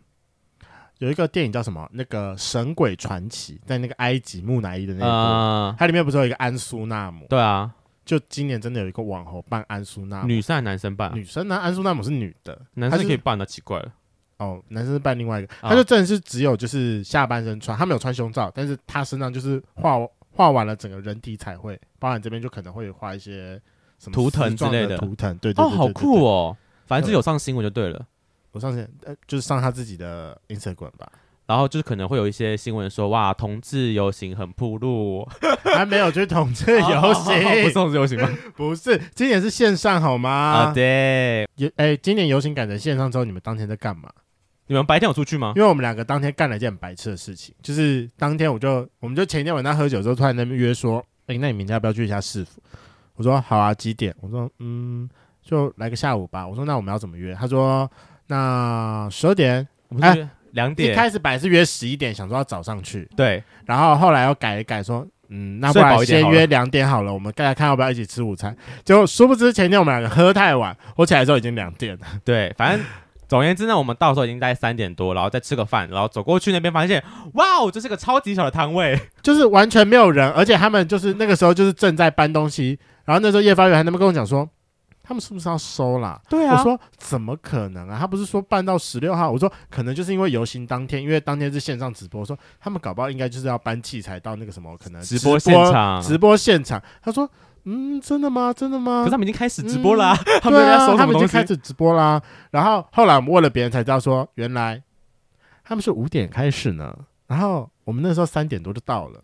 Speaker 1: 有一个电影叫什么？那个《神鬼传奇》，在那个埃及木乃伊的那一部，
Speaker 3: 嗯，
Speaker 1: 它里面不是有一个安苏纳姆？
Speaker 3: 对啊，
Speaker 1: 就今年真的有一个网红扮安苏纳姆，
Speaker 3: 女生还是男生办啊，
Speaker 1: 女生呢？安苏纳姆是女的，
Speaker 3: 男
Speaker 1: 她
Speaker 3: 生
Speaker 1: 是
Speaker 3: 可以办的，奇怪了，
Speaker 1: 哦，男生是扮另外一个，
Speaker 3: 哦
Speaker 1: 他就真的是只有就是下半身穿，他没有穿胸罩，但是他身上就是画画完了整个人体彩绘，包含这边就可能会画一些什么
Speaker 3: 图腾
Speaker 1: 丝状
Speaker 3: 之类
Speaker 1: 的
Speaker 3: 的
Speaker 1: 图腾，对对
Speaker 3: 哦，好
Speaker 1: 对
Speaker 3: 酷！
Speaker 1: 对对对
Speaker 3: 哦，反正就有上新闻就对了。
Speaker 1: 我上次呃就是上他自己的 Instagram 吧，
Speaker 3: 然后就是可能会有一些新闻说，哇，同志游行很铺路，
Speaker 1: 还没有去统治 游
Speaker 3: 不是
Speaker 1: 行，
Speaker 3: 同志游行吗？
Speaker 1: 不是今年是线上好
Speaker 3: 啊，
Speaker 1: 吗？
Speaker 3: 对，
Speaker 1: 有哎，今年游行改成线上之后，你们当天在干嘛？
Speaker 3: 你们白天有出去吗？
Speaker 1: 因为我们两个当天干了一件很白痴的事情，就是当天我就我们就前一天晚上喝酒之后，突然在那边约说，哎、那你明天要不要去一下市府？我说好啊，几点？我说嗯，就来个下午吧。我说那我们要怎么约？他说那十二点。
Speaker 3: 我们是两
Speaker 1: 哎一
Speaker 3: 点，
Speaker 1: 开始本来是约十一点，想说要早上去，
Speaker 3: 对，
Speaker 1: 然后后来又改一改说。嗯，那不
Speaker 3: 睡饱
Speaker 1: 然
Speaker 3: 一点
Speaker 1: 先
Speaker 3: 好了
Speaker 1: 约两点好了，我们再来看要不要一起吃午餐。结果殊不知前天我们两个喝太晚，我起来的时候已经两点了。
Speaker 3: 对，反正总而言之呢，我们到时候已经大概三点多，然后再吃个饭，然后走过去那边发现，哇哦，这是个超级小的摊位，
Speaker 1: 就是完全没有人，而且他们就是那个时候就是正在搬东西，然后那时候叶发源还那么跟我讲说，他们是不是要收啦？
Speaker 3: 对
Speaker 4: 啊
Speaker 1: 我说怎么可能啊？他不是说办到十六号？我说可能就是因为游行当天，因为当天是线上直播，我说他们搞不好应该就是要搬器材到那个什么可能
Speaker 3: 直
Speaker 1: 播
Speaker 3: 播现场
Speaker 1: 直播现场。他说嗯，真的吗？真的吗？
Speaker 3: 可是他们已经开始直播啦、 他们
Speaker 1: 对
Speaker 3: 在那边
Speaker 1: 啊，
Speaker 3: 收
Speaker 1: 他
Speaker 3: 什么
Speaker 1: 们已
Speaker 3: 东
Speaker 1: 经
Speaker 3: 西
Speaker 1: 开？始直播啦。然后后来我们问了别人才知道说，原来他们是五点开始呢。然后我们那时候三点多就到了，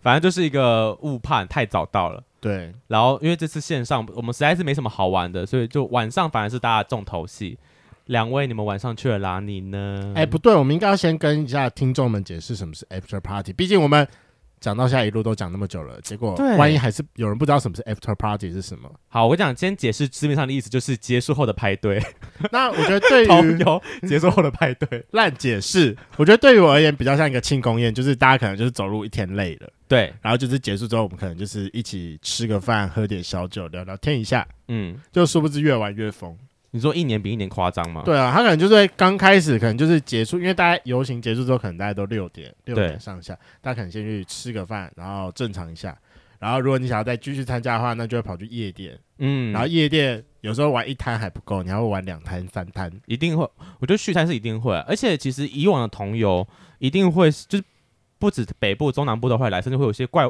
Speaker 3: 反正就是一个误判，太早到了。
Speaker 1: 对。
Speaker 3: 然后因为这次线上我们实在是没什么好玩的，所以就晚上反而是大家的重头戏。两位，你们晚上去了哪里呢？
Speaker 1: 哎、不对，我们应该要先跟一下听众们解释什么是 after party。毕竟我们讲到现在一路都讲那么久了，结果
Speaker 3: 对
Speaker 1: 万一还是有人不知道什么是 after party 是什么，
Speaker 3: 好，我讲先解释字面上的意思，就是结束后的派 对，
Speaker 1: 那我觉得 对
Speaker 3: 同
Speaker 1: 于
Speaker 3: 游结束后的派对。
Speaker 1: 烂解释，我觉得对于我而言比较像一个庆功宴，就是大家可能就是走路一天累了，
Speaker 3: 对，
Speaker 1: 然后就是结束之后，我们可能就是一起吃个饭、喝点小酒、聊聊天一下，
Speaker 3: 嗯，
Speaker 1: 就殊不知越玩越疯。
Speaker 3: 你说一年比一年夸张吗？
Speaker 1: 对啊，他可能就是会刚开始，可能就是结束，因为大家游行结束之后，可能大家都六点六点上下，大家可能先去吃个饭，然后正常一下。然后如果你想要再继续参加的话，那就会跑去夜店。
Speaker 3: 嗯，
Speaker 1: 然后夜店有时候玩一摊还不够，你还会玩两摊、三摊。
Speaker 3: 一定会，我觉得续摊是一定会，而且其实以往的同游一定会是就是不止北部、中南部都会来，甚至会有一些怪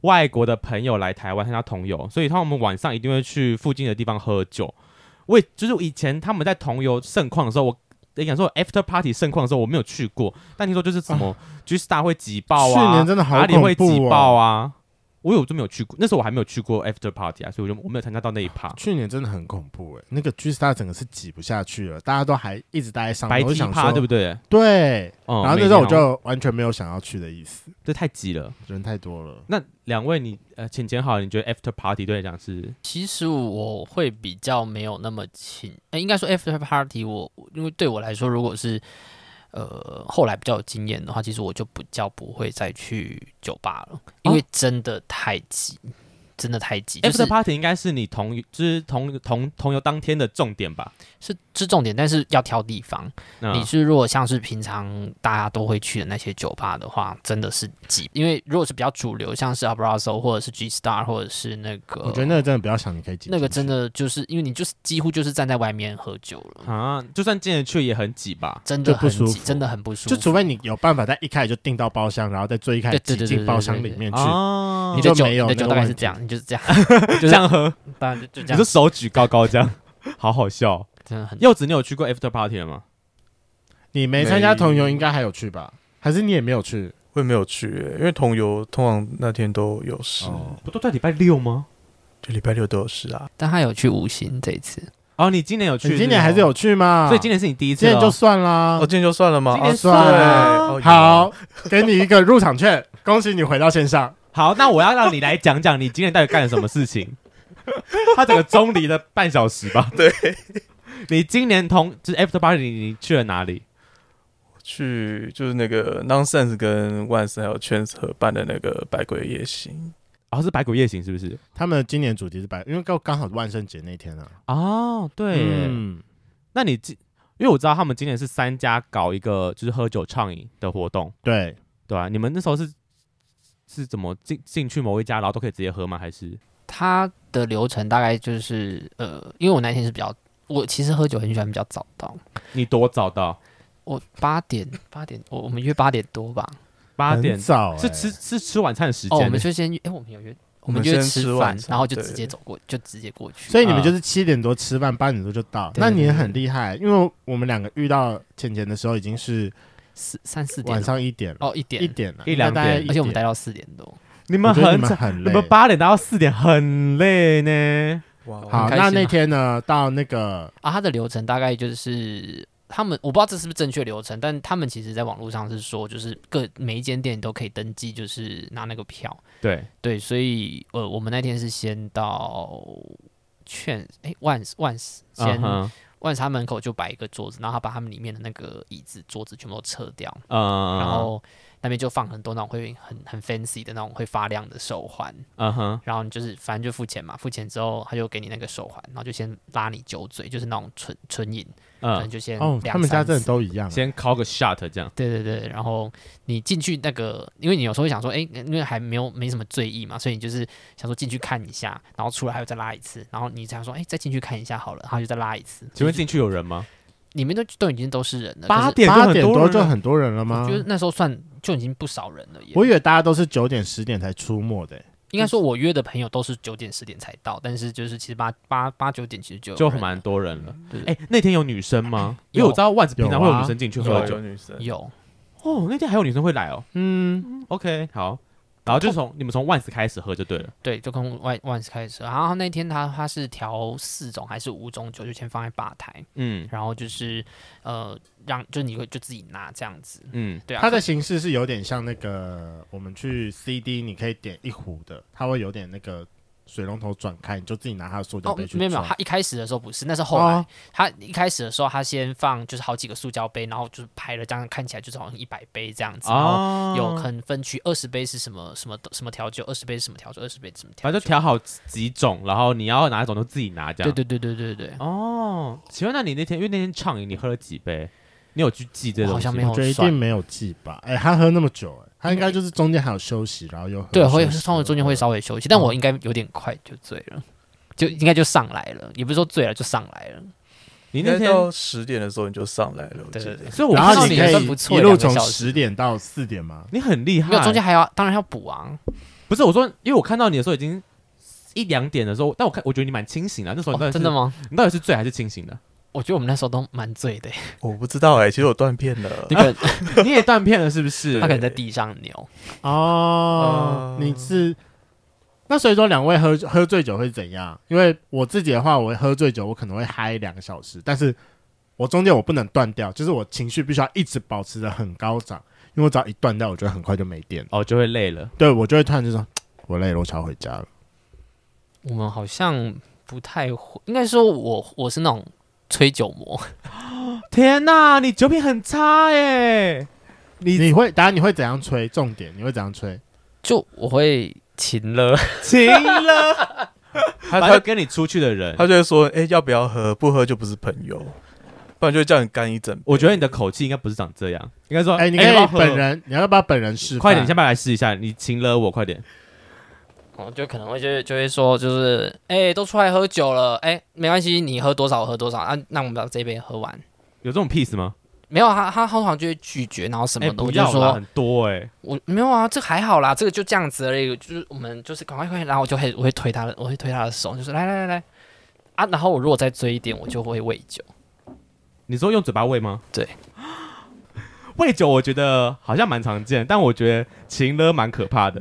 Speaker 3: 外国的朋友来台湾参加同游，所以他们晚上一定会去附近的地方喝酒。我也就是以前他们在同游盛况的时候，我跟你讲说 after party 盛况的时候我没有去过，但听说就是什么就是 s 会挤爆啊，
Speaker 1: 啊去年真的好
Speaker 3: 哪里会
Speaker 1: 恐
Speaker 3: 挤
Speaker 1: 怖
Speaker 3: 爆
Speaker 1: 哦！
Speaker 3: 啊。我有就没有去过，那时候我还没有去过 after party 啊，所以我就我没有参加到那一趴。
Speaker 1: 去年真的很恐怖哎、那个 G Star 整个是挤不下去了，大家都还一直待在上面。
Speaker 3: 白
Speaker 1: 我就
Speaker 3: 鸡
Speaker 1: 想
Speaker 3: 趴
Speaker 1: 说，
Speaker 3: 对不
Speaker 1: 对？
Speaker 3: 对？嗯，
Speaker 1: 然后那
Speaker 3: 每
Speaker 1: 时候我
Speaker 3: 年好像
Speaker 1: 就完全没有想要去的意思，
Speaker 3: 这太挤了。
Speaker 1: 人太多了。
Speaker 3: 那两位你，呃，浅浅好，你觉得 after party 对你来讲是
Speaker 4: 其实我会比较没有那么勤，呃应该说 after party 我我因为对我来说，如果是呃后来比较有经验的话，其实我就比较不会再去酒吧了，因为真的太挤，真的太挤，就是
Speaker 3: after party 应该是你同就是同同同游当天的重点吧？
Speaker 4: 是重点，但是要挑地方。
Speaker 3: 嗯
Speaker 4: 你是如果像是平常大家都会去的那些酒吧的话，真的是挤，因为如果是比较主流，像是 Abrazo 或者是 G Star 或者是那个，
Speaker 1: 我觉
Speaker 3: 呃
Speaker 1: 得那个真的不要想，你可以挤
Speaker 4: 那个
Speaker 1: 进
Speaker 4: 真
Speaker 1: 去
Speaker 4: 的就是因为你就是几乎就是站在外面喝酒了，
Speaker 3: 啊，就算进得去也很挤吧？
Speaker 4: 真的
Speaker 1: 就不
Speaker 4: 很
Speaker 1: 舒
Speaker 4: 挤，
Speaker 1: 服
Speaker 4: 真的很不舒服。
Speaker 1: 就除非你有办法在一开始就订到包厢，然后再最一开始
Speaker 4: 对
Speaker 1: 挤
Speaker 4: 对对
Speaker 1: 进
Speaker 4: 对
Speaker 1: 包
Speaker 4: 对
Speaker 1: 厢
Speaker 4: 对
Speaker 1: 里面去，
Speaker 3: 啊
Speaker 4: 你
Speaker 1: 就
Speaker 4: 的酒
Speaker 1: 没有
Speaker 4: 你的
Speaker 1: 那
Speaker 4: 酒
Speaker 1: 个
Speaker 4: 大概
Speaker 1: 问
Speaker 4: 是
Speaker 1: 题
Speaker 4: 这样，你就 是这样，
Speaker 3: 这样喝，
Speaker 4: 当然就就这
Speaker 3: 你
Speaker 4: 样
Speaker 3: 就，手举高高这样， 好好笑。哦
Speaker 4: 真的很
Speaker 3: 柚子，你有去过 after party 了吗？
Speaker 1: 你没参加同游应该还有去吧？还是你也没有去？
Speaker 2: 我也没有去、欸，因为同游通常那天都有事，
Speaker 1: 哦
Speaker 3: 不都在礼拜六吗？
Speaker 2: 就礼拜六都有事啊。
Speaker 4: 但他有去五星这一次，
Speaker 3: 哦，你今年有去？
Speaker 1: 你今年还是有去吗？
Speaker 3: 所以今年是你第一次
Speaker 1: 今
Speaker 3: 了，
Speaker 1: 年就算啦
Speaker 2: 哦，。今天就算了吗？
Speaker 3: 今天
Speaker 2: 哦
Speaker 1: 算
Speaker 3: 了
Speaker 2: 对哦有
Speaker 1: 好，给你一个入场券， 恭喜你回到线上。
Speaker 3: 好。那我要让你来讲讲你今年到底干了什么 事情。他整个钟离了半小时吧？对。你今年同就是 after party，你你去了哪里？
Speaker 2: 去就是那个 Nonsense 跟 Once 还有 Chance 合办的那个百鬼夜行，
Speaker 3: 哦，是百鬼夜行是不是？
Speaker 1: 他们今年主题是白，因为刚刚好是万圣节那天啊。
Speaker 3: 哦，对耶。
Speaker 1: 嗯，
Speaker 3: 那你今因为我知道他们今年是三家搞一个就是喝酒畅饮的活动，
Speaker 1: 对，
Speaker 3: 对啊，你们那时候是是怎么进进去某一家，然后都可以直接喝吗？还是
Speaker 4: 他的流程大概就是呃，因为我那天是比较，我其实喝酒很喜欢比较早到，
Speaker 3: 你多早到？
Speaker 4: 我八点八点，我我们约八点多吧，
Speaker 3: 八点
Speaker 1: 很早
Speaker 3: 是
Speaker 1: 欸
Speaker 3: 吃是吃晚餐的时
Speaker 4: 哦，我
Speaker 3: 间欸
Speaker 4: 们
Speaker 3: 呢，
Speaker 4: 就先约，哎、我们有约，我
Speaker 2: 我
Speaker 4: 们
Speaker 2: 们
Speaker 4: 约
Speaker 2: 先
Speaker 4: 吃
Speaker 2: 吃
Speaker 4: 饭
Speaker 2: 晚，餐
Speaker 4: 然后就直
Speaker 2: 对
Speaker 4: 接走过，就直接过去。
Speaker 1: 所以你们
Speaker 3: 嗯
Speaker 1: 就是七点多吃饭，八点多就到。
Speaker 4: 对
Speaker 1: 那你也
Speaker 4: 对对
Speaker 1: 很厉害，因为我们两个遇到浅浅的时候已经是
Speaker 4: 四三四点
Speaker 1: 晚
Speaker 4: 了
Speaker 1: 上一点了，
Speaker 4: 哦一点
Speaker 1: 一，点了，啊
Speaker 3: 一两
Speaker 1: 大概
Speaker 3: 点
Speaker 1: 一
Speaker 4: 而且我们待到四点多，
Speaker 3: 你
Speaker 1: 我
Speaker 3: 们
Speaker 1: 觉得你
Speaker 3: 很
Speaker 1: 们
Speaker 3: 早，
Speaker 1: 很
Speaker 3: 你
Speaker 1: 累。
Speaker 3: 们八点到四点很累呢。
Speaker 2: 哇哦，
Speaker 1: 好，
Speaker 4: 很开
Speaker 1: 那
Speaker 4: 心
Speaker 1: 那
Speaker 4: 啊
Speaker 1: 天呢，到那个
Speaker 4: 啊，它的流程大概就是他们我不知道这是不是正确流程，但他们其实在网络上是说，就是各每一间店都可以登记，就是拿那个票。
Speaker 3: 对，
Speaker 4: 对，所以呃，我们那天是先到券哎万万先
Speaker 3: 嗯哼
Speaker 4: 万他门口就摆一个桌子，然后他把他们里面的那个椅子桌子全部都撤掉，
Speaker 3: 嗯，
Speaker 1: 啊
Speaker 4: 然后那边就放很多那种会很很 fancy 的那种会发亮的手环。
Speaker 3: 嗯哼，
Speaker 4: 然后你就是反正就付钱嘛，付钱之后他就给你那个手环，然后就先拉你酒醉，就是那种纯纯饮，可能
Speaker 3: 嗯，
Speaker 4: 就先
Speaker 1: 哦，
Speaker 4: 两
Speaker 1: 他们家
Speaker 4: 三
Speaker 1: 真的
Speaker 4: 次
Speaker 1: 都一样啊，
Speaker 3: 先敲个 shot 这样，
Speaker 4: 对对对，然后你进去那个，因为你有时候会想说，哎，因为还没有没什么醉意嘛，所以你就是想说进去看一下，然后出来还要再拉一次，然后你想说，哎，再进去看一下好了，然后就再拉一次。
Speaker 3: 请问
Speaker 4: 就是
Speaker 3: 进去有人吗？
Speaker 4: 里面都都已经都是人了，
Speaker 3: 八
Speaker 4: 可
Speaker 3: 点
Speaker 1: 八点
Speaker 3: 多
Speaker 1: 多
Speaker 3: 人
Speaker 1: 就
Speaker 3: 了
Speaker 1: 很多人了吗
Speaker 4: 是我？觉得那时候算就已经不少人了耶。
Speaker 1: 我以为大家都是九点十点才出没的欸，
Speaker 4: 应
Speaker 3: 嗯
Speaker 4: 该说，我约的朋友都是九点十点才到，但是就是其实八八八九点其实就有
Speaker 3: 就
Speaker 4: 人
Speaker 3: 蛮
Speaker 4: 了
Speaker 3: 多人了。
Speaker 4: 对对哎
Speaker 3: 哎，那天有女生吗？因为
Speaker 4: 有
Speaker 3: 我知道万子平常会
Speaker 1: 有
Speaker 3: 有
Speaker 1: 啊
Speaker 3: 女生进去
Speaker 2: 有
Speaker 3: 喝
Speaker 2: 有
Speaker 3: 酒。
Speaker 2: 女生，
Speaker 4: 有
Speaker 3: 哦，那天还有女生会来哦。
Speaker 1: 嗯，
Speaker 3: OK，好，然后就从你们从万斯开始喝就对了。
Speaker 4: 对，就从万万斯开始。然后那天他他是调四种还是五种酒，就先放在吧台，
Speaker 3: 嗯
Speaker 4: 然后就是呃让就你会就自己拿这样子。
Speaker 3: 嗯，
Speaker 4: 对啊，
Speaker 1: 它的形式是有点像那个我们去 CD，你可以点一壶的，它会有点那个水龙头转开，你就自己拿它的塑胶
Speaker 4: 哦
Speaker 1: 杯去
Speaker 4: 没有没有，
Speaker 1: 装
Speaker 4: 他一开始的时候不是，那是后来、
Speaker 1: 哦
Speaker 4: 他一开始的时候他先放就是好几个塑胶杯，然后就是排了这样看起来就是好像一百杯这样子，然后
Speaker 3: 哦
Speaker 4: 有很分区，二十杯是什么什么什么调酒，二十杯是什么调酒，二十杯是什么调
Speaker 3: 反正
Speaker 4: 酒。
Speaker 3: 就调好几种，然后你要哪一种就自己拿这
Speaker 4: 对
Speaker 3: 样。
Speaker 4: 对对对对对，
Speaker 3: 哦，请问那你那天因为那天畅饮你喝了几杯？你有去记这东西
Speaker 4: 我好像
Speaker 3: 吗
Speaker 4: 没有
Speaker 1: 我觉得一
Speaker 4: 算
Speaker 1: 定没有记吧？哎，他喝那么久，哎，他应该就是中间还有休息，然后又喝
Speaker 4: 对，
Speaker 1: 休
Speaker 4: 会
Speaker 1: 息
Speaker 4: 稍微
Speaker 1: 又
Speaker 4: 中间会
Speaker 1: 喝
Speaker 4: 稍微休息，但我应该有点快就醉了，就应该就上来了，也不是说醉了，就上来了。
Speaker 3: 你
Speaker 2: 应
Speaker 3: 那
Speaker 2: 该
Speaker 3: 天，
Speaker 2: 到十点的时候你就上来了，我
Speaker 4: 对
Speaker 2: 记
Speaker 4: 对
Speaker 2: 得
Speaker 4: 对，
Speaker 3: 所以我
Speaker 1: 然
Speaker 3: 看到
Speaker 1: 后
Speaker 4: 看
Speaker 1: 你
Speaker 3: 你
Speaker 4: 也
Speaker 1: 可
Speaker 4: 算
Speaker 1: 以
Speaker 4: 不错
Speaker 1: 一
Speaker 4: 两
Speaker 1: 路
Speaker 4: 个
Speaker 1: 从
Speaker 4: 小时
Speaker 1: 十点到四点吗？
Speaker 3: 你很厉害，
Speaker 4: 没有中间还要，当然要补啊。
Speaker 3: 不是我说，因为我看到你的时候已经一两点的时候，但我看我觉得你蛮清醒的，那时候你到
Speaker 4: 哦
Speaker 3: 底是、
Speaker 4: 真的吗？
Speaker 3: 你到底是醉还是清醒的？
Speaker 4: 我觉得我们那时候都蛮醉 的，
Speaker 2: 我不知道哎、其实我断片了
Speaker 4: 那。个
Speaker 3: 你也断片了是不是？
Speaker 4: 他可能在地上扭，
Speaker 1: 哦，
Speaker 2: 嗯
Speaker 1: 你是
Speaker 3: 呃
Speaker 1: 那所以说两位喝喝醉酒会怎样？因为我自己的话，我会喝醉酒，我可能会嗨两个小时，但是我中间我不能断掉，就是我情绪必须要一直保持的很高涨，因为我只要一断掉，我觉得很快就没电了，
Speaker 3: 哦就会累了。
Speaker 1: 对我就会突然就说我累了，我想要回家了。
Speaker 4: 我们好像不太会，应该说我我是那种吹酒魔，
Speaker 3: 天哪，你酒品很差哎、
Speaker 1: 你你会，当然你会怎样吹？重点你会怎样吹？
Speaker 4: 就我会勤了，
Speaker 3: 停了，
Speaker 2: 他
Speaker 3: 反正
Speaker 2: 他
Speaker 3: 跟你出去的人
Speaker 2: 欸他就会说，哎、要不要喝？不喝就不是朋友。不然就会叫你干一整杯。
Speaker 3: 我觉得你的口气应该不是长这样，应该说，
Speaker 1: 哎，你可以把本人，你要把本人示范，
Speaker 3: 快点，下面来试一下，你请了我，快点。
Speaker 4: 哦，就可能会就就会说，就是哎、都出来喝酒了，哎、没关系，你喝多少我喝多少啊，那我们把这杯喝完。
Speaker 3: 有这种 piece 吗？
Speaker 4: 没有，他他通常就会拒绝，然后什
Speaker 3: 哎，
Speaker 4: 么的，
Speaker 3: 不
Speaker 4: 我就
Speaker 3: 要啦，
Speaker 4: 说
Speaker 3: 很多哎、
Speaker 4: 我没有啊，这个还好啦，这个就这样子而已，就是我们就是赶快快，然后我就会我会推他的，我会推他的手，就是来来来来啊，然后我如果再追一点，我就会喂酒。
Speaker 3: 你说用嘴巴喂吗？
Speaker 4: 对，
Speaker 3: 喂酒我觉得好像蛮常见，但我觉得情勒蛮可怕的。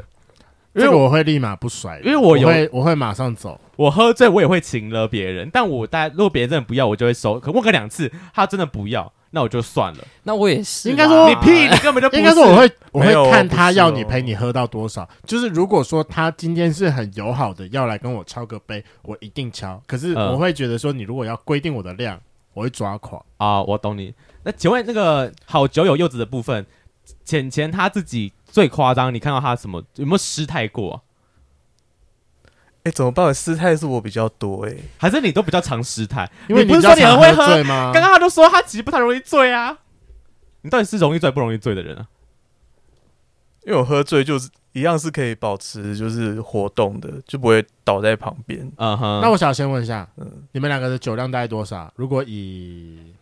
Speaker 3: 因为
Speaker 1: 这个我会立马不甩的，
Speaker 3: 因为我有
Speaker 1: 会我会马上走，
Speaker 3: 我喝醉我也会情勒别人，但我大概如果别人真的不要，我就会收。可问个两次，他真的不要，那我就算 了。
Speaker 4: 那我也是啦，
Speaker 1: 应该说
Speaker 3: 你屁，你根本就不
Speaker 1: 应该说我会我
Speaker 2: 没有
Speaker 1: 会看
Speaker 2: 不
Speaker 1: 他
Speaker 2: 是
Speaker 1: 要
Speaker 2: 哦
Speaker 1: 你陪你喝到多少，就是如果说他今天是很友好的要来跟我敲个杯，我一定敲。可是
Speaker 3: 嗯
Speaker 1: 我会觉得说，你如果要规定我的量，我会抓狂。
Speaker 3: 啊、我懂你。那请问那个好酒友柚子的部分，浅浅他自己最夸张，你看到他什么有没有失态过啊、
Speaker 2: 哎、怎么办？失态是我比较多哎、
Speaker 3: 还是你都比较常失态？
Speaker 1: 因为
Speaker 3: 你不
Speaker 1: 比
Speaker 3: 是
Speaker 1: 较
Speaker 3: 说你很
Speaker 1: 常
Speaker 3: 会
Speaker 1: 喝
Speaker 3: 喝？
Speaker 1: 醉吗？
Speaker 3: 刚刚他就说他其实不太容易醉啊。你到底是容易醉不容易醉的人啊？
Speaker 2: 因为我喝醉就是一样是可以保持就是活动的，就不会倒在旁边。
Speaker 3: 嗯哼，
Speaker 1: 那我想先问一下
Speaker 2: 嗯，
Speaker 1: 你们两个的酒量大概多少？如果以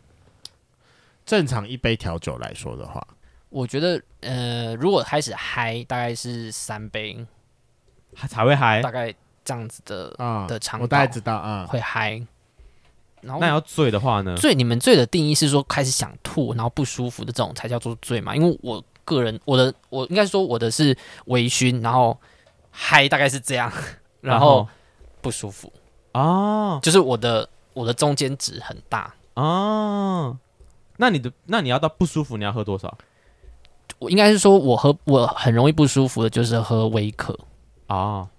Speaker 1: 正常一杯调酒来说的话，
Speaker 4: 我觉得呃，如果开始嗨，大概是三杯，
Speaker 3: 才会嗨
Speaker 4: 大。概这样子的
Speaker 1: 啊
Speaker 4: 呃的，长
Speaker 1: 我大概
Speaker 4: 度
Speaker 1: 知道啊。
Speaker 4: 会嗨。然后
Speaker 3: 那要醉的话呢？
Speaker 4: 醉，你们醉的定义是说开始想吐，然后不舒服的这种才叫做醉嘛？因为我个人，我的我应该说我的是微醺，然后嗨大概是这样，然后不舒服，
Speaker 3: 哦
Speaker 4: 就是我的我的中间值很大。
Speaker 3: 哦，那你的那你要到不舒服，你要喝多少？
Speaker 4: 我应该是说我喝我很容易不舒服的，就是喝威可，
Speaker 1: 啊
Speaker 3: 哦，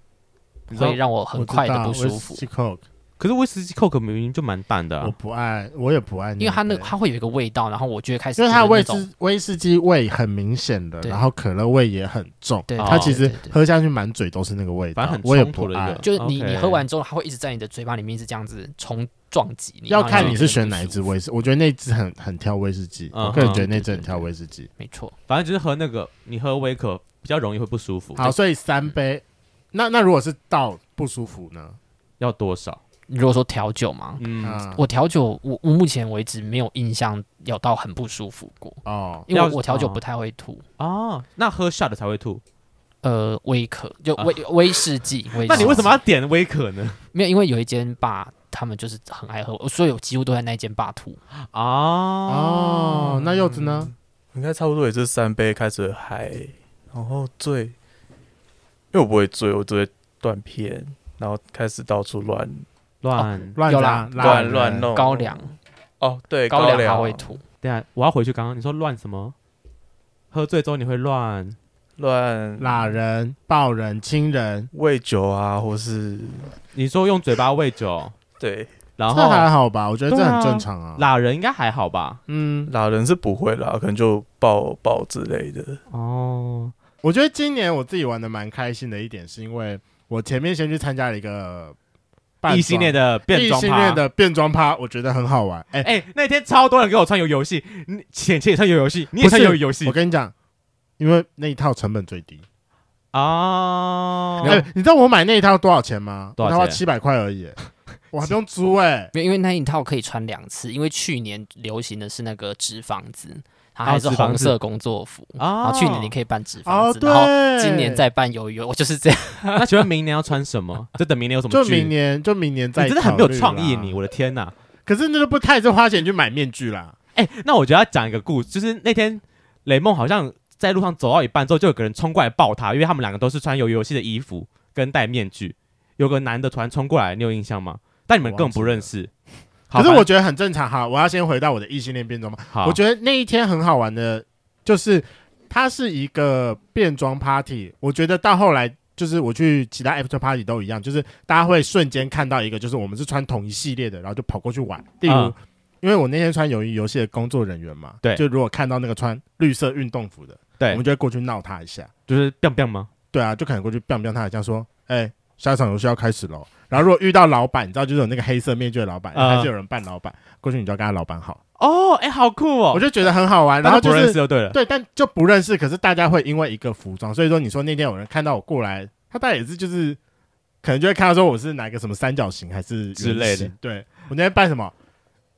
Speaker 3: 你知道
Speaker 4: 会？让我很快的不舒服，
Speaker 1: c o
Speaker 3: 可是威士忌 Coke 明明就蛮淡的、
Speaker 1: 我
Speaker 3: 啊，
Speaker 1: 不爱，我也不爱一杯，
Speaker 4: 因为它那它会有一个味道，然后我就会开始
Speaker 1: 因为它的
Speaker 4: 就是
Speaker 1: 威
Speaker 4: 那种
Speaker 1: 士威士忌味很明显的，
Speaker 4: 对
Speaker 1: 然后可乐味也很重，
Speaker 4: 对，
Speaker 3: 哦
Speaker 1: 它其
Speaker 4: 对
Speaker 1: 实
Speaker 4: 对对
Speaker 1: 喝下去满嘴都是那个味
Speaker 3: 反
Speaker 1: 道
Speaker 3: 正很，
Speaker 1: 我也
Speaker 3: 冲突
Speaker 1: 不
Speaker 3: 的一
Speaker 1: 爱
Speaker 3: 个。
Speaker 4: 就是你
Speaker 3: OK
Speaker 4: 你喝完之后，它会一直在你的嘴巴里面是这样子冲撞击你。
Speaker 1: 要
Speaker 4: 然后
Speaker 1: 看
Speaker 4: 就
Speaker 1: 你
Speaker 4: 很
Speaker 1: 是
Speaker 4: 不
Speaker 1: 选哪一
Speaker 4: 舒
Speaker 1: 支
Speaker 4: 服
Speaker 1: 威士，我觉得那支很很挑威士忌，
Speaker 3: 嗯
Speaker 1: 我个人觉得
Speaker 4: 对
Speaker 1: 那支
Speaker 4: 对
Speaker 1: 很
Speaker 4: 对
Speaker 1: 挑
Speaker 4: 对
Speaker 1: 威士忌。
Speaker 4: 没错。
Speaker 3: 反正就是喝那个，你喝威可比较容易会不舒服。
Speaker 1: 好，所以三杯，那那如果是到不舒服呢？
Speaker 3: 要多少？
Speaker 4: 如果说调酒嘛，
Speaker 3: 嗯，
Speaker 1: 啊，
Speaker 4: 我调酒，我我目前为止没有印象有到很不舒服过，
Speaker 1: 哦，
Speaker 4: 因为
Speaker 3: 要
Speaker 4: 我我调酒
Speaker 3: 哦
Speaker 4: 不太会吐。
Speaker 3: 哦，那喝 shot 才会吐。
Speaker 4: 呃，威可就
Speaker 3: 啊
Speaker 4: 威威士忌，
Speaker 1: 哎
Speaker 4: 威士忌
Speaker 3: 那你为什么要点威 可呢？
Speaker 4: 没有？因为有一间吧，他们就是很爱喝，所以我几乎都在那间吧吐。
Speaker 1: 啊
Speaker 3: 哦
Speaker 1: 哦，那柚子呢？
Speaker 2: 应该差不多也是三杯开始嗨，然后醉，因为我不会醉，我只会断片，然后开始到处乱
Speaker 3: 乱
Speaker 1: 哦乱
Speaker 4: 有
Speaker 1: 拉
Speaker 4: 啦
Speaker 1: 拉
Speaker 2: 乱
Speaker 1: 人
Speaker 2: 乱弄
Speaker 4: 高粱，
Speaker 2: 哦，对，
Speaker 4: 高
Speaker 2: 粱
Speaker 4: 他会吐，
Speaker 3: 对啊，我要回去刚刚你说乱什么？喝醉之后你会乱
Speaker 2: 乱
Speaker 1: 拉人、抱人、亲人，
Speaker 2: 喂酒啊，或是
Speaker 3: 你说用嘴巴喂酒，
Speaker 2: 对
Speaker 3: 然
Speaker 1: 这还
Speaker 3: 后
Speaker 1: 好吧？我觉得这
Speaker 3: 对啊
Speaker 1: 很正常啊。
Speaker 3: 拉人应该还好吧？
Speaker 1: 嗯，
Speaker 2: 拉人是不会啦，可能就抱抱之类的。
Speaker 3: 哦，
Speaker 1: 我觉得今年我自己玩的蛮开心的一点，是因为我前面先去参加了一个扮
Speaker 3: 异性恋的变
Speaker 1: 异
Speaker 3: 装
Speaker 1: 性
Speaker 3: 趴
Speaker 1: 恋。的变装趴，我觉得很好玩。哎、
Speaker 3: 哎、那天超多人给我穿游游戏，你浅浅也穿游游戏，你也穿游游戏
Speaker 1: 我跟你讲，因为那一套成本最低。
Speaker 3: 啊
Speaker 1: 哎、你知道我买那一套多少钱吗？
Speaker 3: 多
Speaker 1: 我
Speaker 3: 少钱
Speaker 1: 才花七百块而 已、哎我还不用租哎、
Speaker 4: 没有因为那一套可以穿两次，因为去年流行的是那个纸房子，它还
Speaker 3: 哦
Speaker 4: 是
Speaker 3: 纸房
Speaker 4: 红
Speaker 3: 子
Speaker 4: 色工作服，然
Speaker 3: 啊
Speaker 4: 后去年你可以办纸房
Speaker 1: 哦，
Speaker 4: 子，然后
Speaker 1: 对，
Speaker 4: 今年再办游游，我就是这样。
Speaker 3: 那请问明年要穿什么？ 就等明年有什么
Speaker 1: 就
Speaker 3: 剧？
Speaker 1: 明年就明年再。
Speaker 3: 你真的很没有创意，你，我的天呐！
Speaker 1: 可是那就不太是花钱去买面具啦。
Speaker 3: 哎、那我觉得要讲一个故事，就是那天雷梦好像在路上走到一半之后，就有个人冲过来抱他，因为他们两个都是穿游游戏的衣服跟戴面具。有个男的突然冲过来，你有印象吗？但你们根本不认识。好
Speaker 1: 可是我
Speaker 3: 反
Speaker 1: 觉得很正常哈。我要先回到我的异性恋变装趴。
Speaker 3: 好，
Speaker 1: 我觉得那一天很好玩的，就是它是一个变装 party。我觉得到后来，就是我去其他 after party 都一样，就是大家会瞬间看到一个，就是我们是穿同一系列的，然后就跑过去玩。例如，
Speaker 3: 嗯
Speaker 1: 因为我那天穿友谊游戏的工作人员嘛，
Speaker 3: 对
Speaker 1: 就如果看到那个穿绿色运动服的，我
Speaker 3: 对
Speaker 1: 们，就会过去闹他一下。
Speaker 3: 就是 biang biang 吗？
Speaker 1: 对啊，就可能过去 biang biang 他一下，说：“哎、下一场游戏要开始喽。然后如果遇到老板，你知道就是有那个黑色面具的老板，
Speaker 3: 嗯
Speaker 1: 还是有人扮老板，过去你就要跟他老板好，
Speaker 3: 哦，哎，好酷哦！
Speaker 1: 我就觉得很好玩。然后
Speaker 3: 不
Speaker 1: 就
Speaker 3: 认识
Speaker 1: 是
Speaker 3: 就 对了。
Speaker 1: 对，但就不认识，可是大家会因为一个服装，所以说你说那天有人看到我过来，他大概也是就是可能就会看到说我是哪个什么三角形还是圆
Speaker 3: 之类的
Speaker 1: 形。对我那天扮什么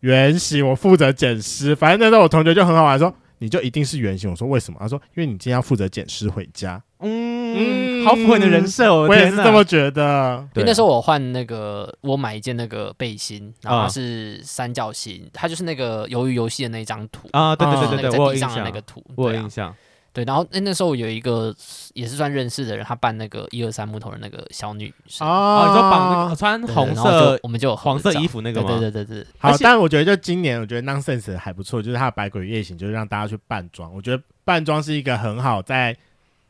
Speaker 1: 圆形，我负责捡尸，反正那时候我同学就很好玩，说你就一定是圆形。我说为什么？他说因为你今天要负责捡尸回家。
Speaker 3: 嗯，好符合你的人设哦，
Speaker 1: 我也
Speaker 3: 天
Speaker 1: 是
Speaker 3: 哪
Speaker 1: 这么觉得。
Speaker 4: 因
Speaker 3: 对
Speaker 4: 为那时候我换那个，我买一件那个背心，然后
Speaker 3: 啊
Speaker 4: 它是三角形，它就是那个鱿鱼游戏的那一张图，
Speaker 3: 啊，对
Speaker 4: 就是
Speaker 3: 对
Speaker 4: 那
Speaker 3: 对
Speaker 4: 个
Speaker 3: 对
Speaker 4: 在
Speaker 3: 对，我有
Speaker 4: 地
Speaker 3: 印
Speaker 4: 上的那个
Speaker 3: 象，
Speaker 4: 图，
Speaker 3: 我
Speaker 4: 对
Speaker 3: 有
Speaker 4: 啊
Speaker 3: 印，象。
Speaker 4: 对。然后那那时候有一个也是算认识的人，他扮那个一二三木头人那个小女生，
Speaker 3: 哦，
Speaker 1: 哦
Speaker 3: 你说绑那个穿
Speaker 4: 对
Speaker 3: 红
Speaker 4: 然后就
Speaker 3: 色
Speaker 4: 我们就有
Speaker 3: 黄色衣
Speaker 4: 服
Speaker 3: 服那
Speaker 4: 那
Speaker 3: 个吗？
Speaker 4: 对对对对对，
Speaker 1: 好
Speaker 3: 而，且
Speaker 1: 但我觉得就今年，我觉得 nonsense 还不错，就是它的百鬼夜行，就是让大家去扮装。我觉得扮装是一个很好，在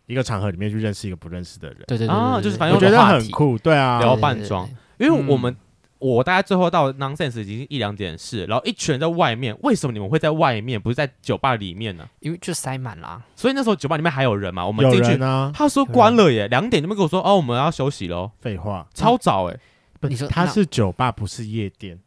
Speaker 1: 一个场合里面去认识一个不认识的人，
Speaker 4: 对对对
Speaker 3: 啊
Speaker 4: 对对
Speaker 3: 就是反正
Speaker 1: 我
Speaker 4: 对
Speaker 1: 觉
Speaker 4: 对
Speaker 1: 得
Speaker 4: 对
Speaker 1: 很酷。对啊，
Speaker 3: 聊
Speaker 4: 对对
Speaker 3: 扮
Speaker 4: 对
Speaker 3: 装
Speaker 4: 对嗯
Speaker 3: 因为我们、我大概最后到 nonsense 已经一两点是，然后一群人在外面，为什么你们会在外面，不是在酒吧里面呢？
Speaker 4: 因为就塞满啦，
Speaker 3: 所以那时候酒吧里面还有人嘛，我们
Speaker 1: 有
Speaker 3: 进去
Speaker 1: 人，啊，
Speaker 3: 他说关了耶，两点你们跟我说哦，我们要休息
Speaker 4: 嗯
Speaker 3: 喽，
Speaker 1: 废话，
Speaker 3: 超早哎，
Speaker 1: 不
Speaker 4: 你说
Speaker 1: 他
Speaker 4: 那
Speaker 1: 是酒吧，不是夜店。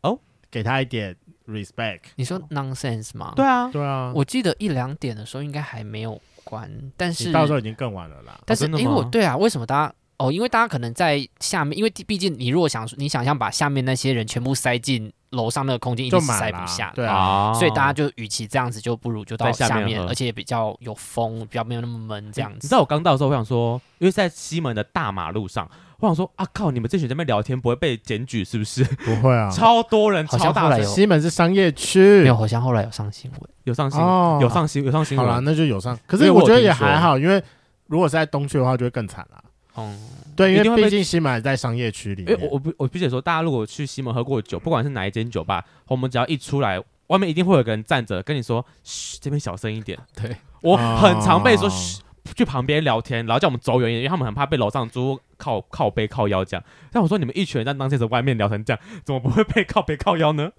Speaker 3: 哦，
Speaker 1: 给他一点 respect。
Speaker 4: 你说 nonsense 吗？
Speaker 3: 对啊，
Speaker 1: 对啊，
Speaker 4: 我记得一两点的时候应该还没有关，但是
Speaker 1: 你到时候已经更晚了啦。
Speaker 4: 但是
Speaker 3: 真的
Speaker 4: 因为我
Speaker 3: 吗
Speaker 4: 对啊，为什么大家哦？因为大家可能在下面，因为毕竟你如果想你想象把下面那些人全部塞进楼上那个空间，一定
Speaker 1: 就是满
Speaker 4: 塞
Speaker 1: 啦
Speaker 4: 不下的。
Speaker 1: 对啊，
Speaker 3: 啊
Speaker 4: 所以大家就与其这样子，就不如就到
Speaker 3: 在下
Speaker 4: 下
Speaker 3: 面喝
Speaker 4: 而且也比较有风，比较没有那么闷这样
Speaker 3: 你
Speaker 4: 子。
Speaker 3: 知道我刚到的时候，我想说，因为在西门的大马路上，我想说啊靠，你们这群在那边聊天不会被检举是不是？
Speaker 1: 不会啊。
Speaker 3: 超多人，
Speaker 4: 好
Speaker 3: 超
Speaker 4: 像后
Speaker 3: 大
Speaker 4: 来
Speaker 3: 声，
Speaker 4: 有
Speaker 1: 西门是商业区
Speaker 4: 没，有，好像后来有上新闻，
Speaker 3: 有上新，
Speaker 1: 哦
Speaker 3: 有上新，有上新
Speaker 1: 好啦，
Speaker 3: 闻。
Speaker 1: 那就有上。可
Speaker 3: 因
Speaker 1: 是
Speaker 3: 为我
Speaker 1: 我觉得
Speaker 3: 听
Speaker 1: 也
Speaker 3: 说
Speaker 1: 还好，因为如果是在东区的话，就会更惨啦。
Speaker 4: 嗯，
Speaker 1: 对，因
Speaker 3: 一定
Speaker 1: 为
Speaker 3: 会被
Speaker 1: 毕竟西马也在商业区里
Speaker 3: 因为
Speaker 1: 面。
Speaker 3: 我我不我必须得说，大家如果去西门喝过酒，不管是哪一间酒吧，我们只要一出来，外面一定会有个人站着跟你说：“嘘，这边小声一点。”
Speaker 4: 对，
Speaker 3: 我很常被说
Speaker 1: 哦
Speaker 3: 嘘。去旁边聊天，然后叫我们走远一点，因为他们很怕被楼上租靠靠背靠腰这样。但我说你们一群人在当厕所外面聊成这样，怎么不会被靠背靠腰呢？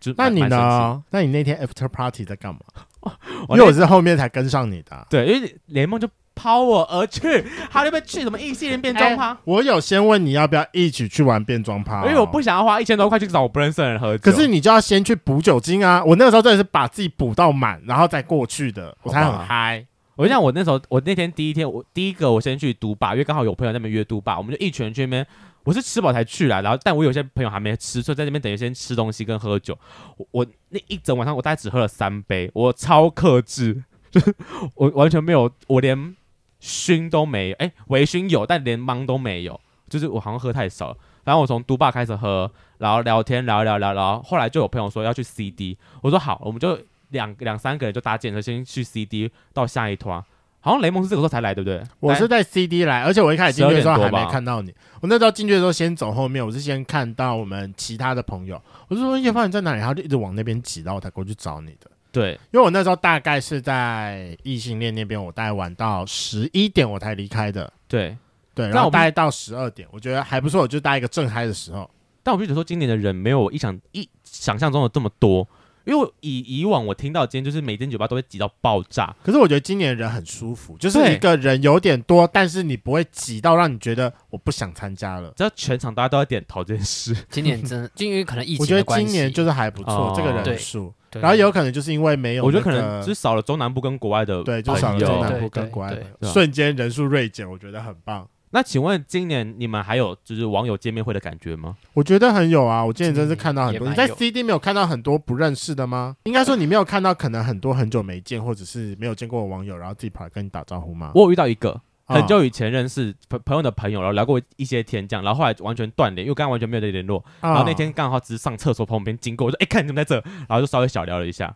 Speaker 3: 就
Speaker 1: 那
Speaker 3: 蛮
Speaker 1: 你？
Speaker 3: 蛮生
Speaker 1: 呢？那你那天 after party 在干嘛？
Speaker 3: 气
Speaker 1: 因为我是后面才跟上你的啊、
Speaker 3: 对，因为联盟就抛我而去， 他那边去什么异性恋变装趴？
Speaker 1: 我有先问你要不要一起去玩变装趴、
Speaker 3: 因为我哎不。想要花一千多块去找我不认识的人喝酒。
Speaker 1: 可是你就要先去补酒精啊！我那个时候真的是把自己补到满，然后再过去的，我才
Speaker 3: 好吧
Speaker 1: 很嗨。
Speaker 3: 我跟你讲，我那时候，我那天第一天，我第一个我先去都坝，因为刚好有朋友在那边约都坝，我们就一群人去那边。我是吃饱才去啦，然后但我有些朋友还没吃，所以在那边等于先吃东西跟喝酒。我我那一整晚上，我大概只喝了三杯，我超克制，就是我完全没有，我连醺都没有，哎、微醺有，但连忙都没有，就是我好像喝太少了。然后我从都坝开始喝，然后聊天聊一聊聊，然后后来就有朋友说要去 CD，我说好，我们就两两三个人就搭建车先去 CD 到下一团。好像雷蒙是这个时候才来，对不对？
Speaker 1: 我是在 CD 来，而且我一开始进去的时候还
Speaker 3: 12点多
Speaker 1: 没
Speaker 3: 吧
Speaker 1: 看到你。我那时候进去的时候先走后面，我是先看到我们其他的朋友，我就说叶芳你在哪里？他就一直往那边挤，然后我才过去找你的。
Speaker 3: 对
Speaker 1: 因为我那时候大概是在异性恋那边，我大概玩到十一点我才离开的。
Speaker 3: 对，
Speaker 1: 对，
Speaker 3: 那
Speaker 1: 然后
Speaker 3: 我们
Speaker 1: 大概到十二点，我觉得还不错，就搭一个正嗨的时候。
Speaker 3: 但我必须得说，今年的人没有我一想一想象中的这么多，因为我以以往我听到今天就是每间酒吧都会挤到爆炸，
Speaker 1: 可是我觉得今年人很舒服，就是
Speaker 3: 对
Speaker 1: 一个人有点多，但是你不会挤到让你觉得我不想参加了。
Speaker 3: 只要全场大家都在点头这件事。
Speaker 4: 今年真的，就因为可能疫
Speaker 1: 我
Speaker 4: 情
Speaker 1: 觉
Speaker 4: 的
Speaker 1: 得
Speaker 4: 关系，
Speaker 1: 今年就是还不错
Speaker 3: 哦，
Speaker 1: 这个人
Speaker 4: 对
Speaker 1: 数，
Speaker 4: 对
Speaker 1: 然后也有可能 就是因为没有那
Speaker 3: 我
Speaker 1: 个，
Speaker 3: 觉得可能只少了中南部跟国外的
Speaker 1: 对，就
Speaker 3: 朋
Speaker 1: 少了
Speaker 3: 友
Speaker 1: 中南
Speaker 4: 对
Speaker 1: 部
Speaker 4: 对
Speaker 1: 跟
Speaker 4: 对
Speaker 1: 国外的朋友
Speaker 3: 对
Speaker 1: 瞬间人数锐减，我觉得很棒。
Speaker 3: 那请问今年你们还有就是网友见面会的感觉吗？
Speaker 1: 我觉得很有啊，我今年真是看到很多。你
Speaker 4: 嗯也
Speaker 1: 在
Speaker 4: 蛮有
Speaker 1: CD 没有看到很多不认识的吗？应该说你没有看到可能很多很久没见或者是没有见过的网友，然后自己跑来跟你打招呼吗？
Speaker 3: 我有遇到一个
Speaker 1: 啊
Speaker 3: 很久以前认识朋朋友的朋友，然后聊过一些天这样，然后后来完全断联，因为刚刚完全没有联络。
Speaker 1: 啊
Speaker 3: 然后那天刚好只是上厕所旁边经过，我说：“哎、看你怎么在这？”然后就稍微小聊了一下，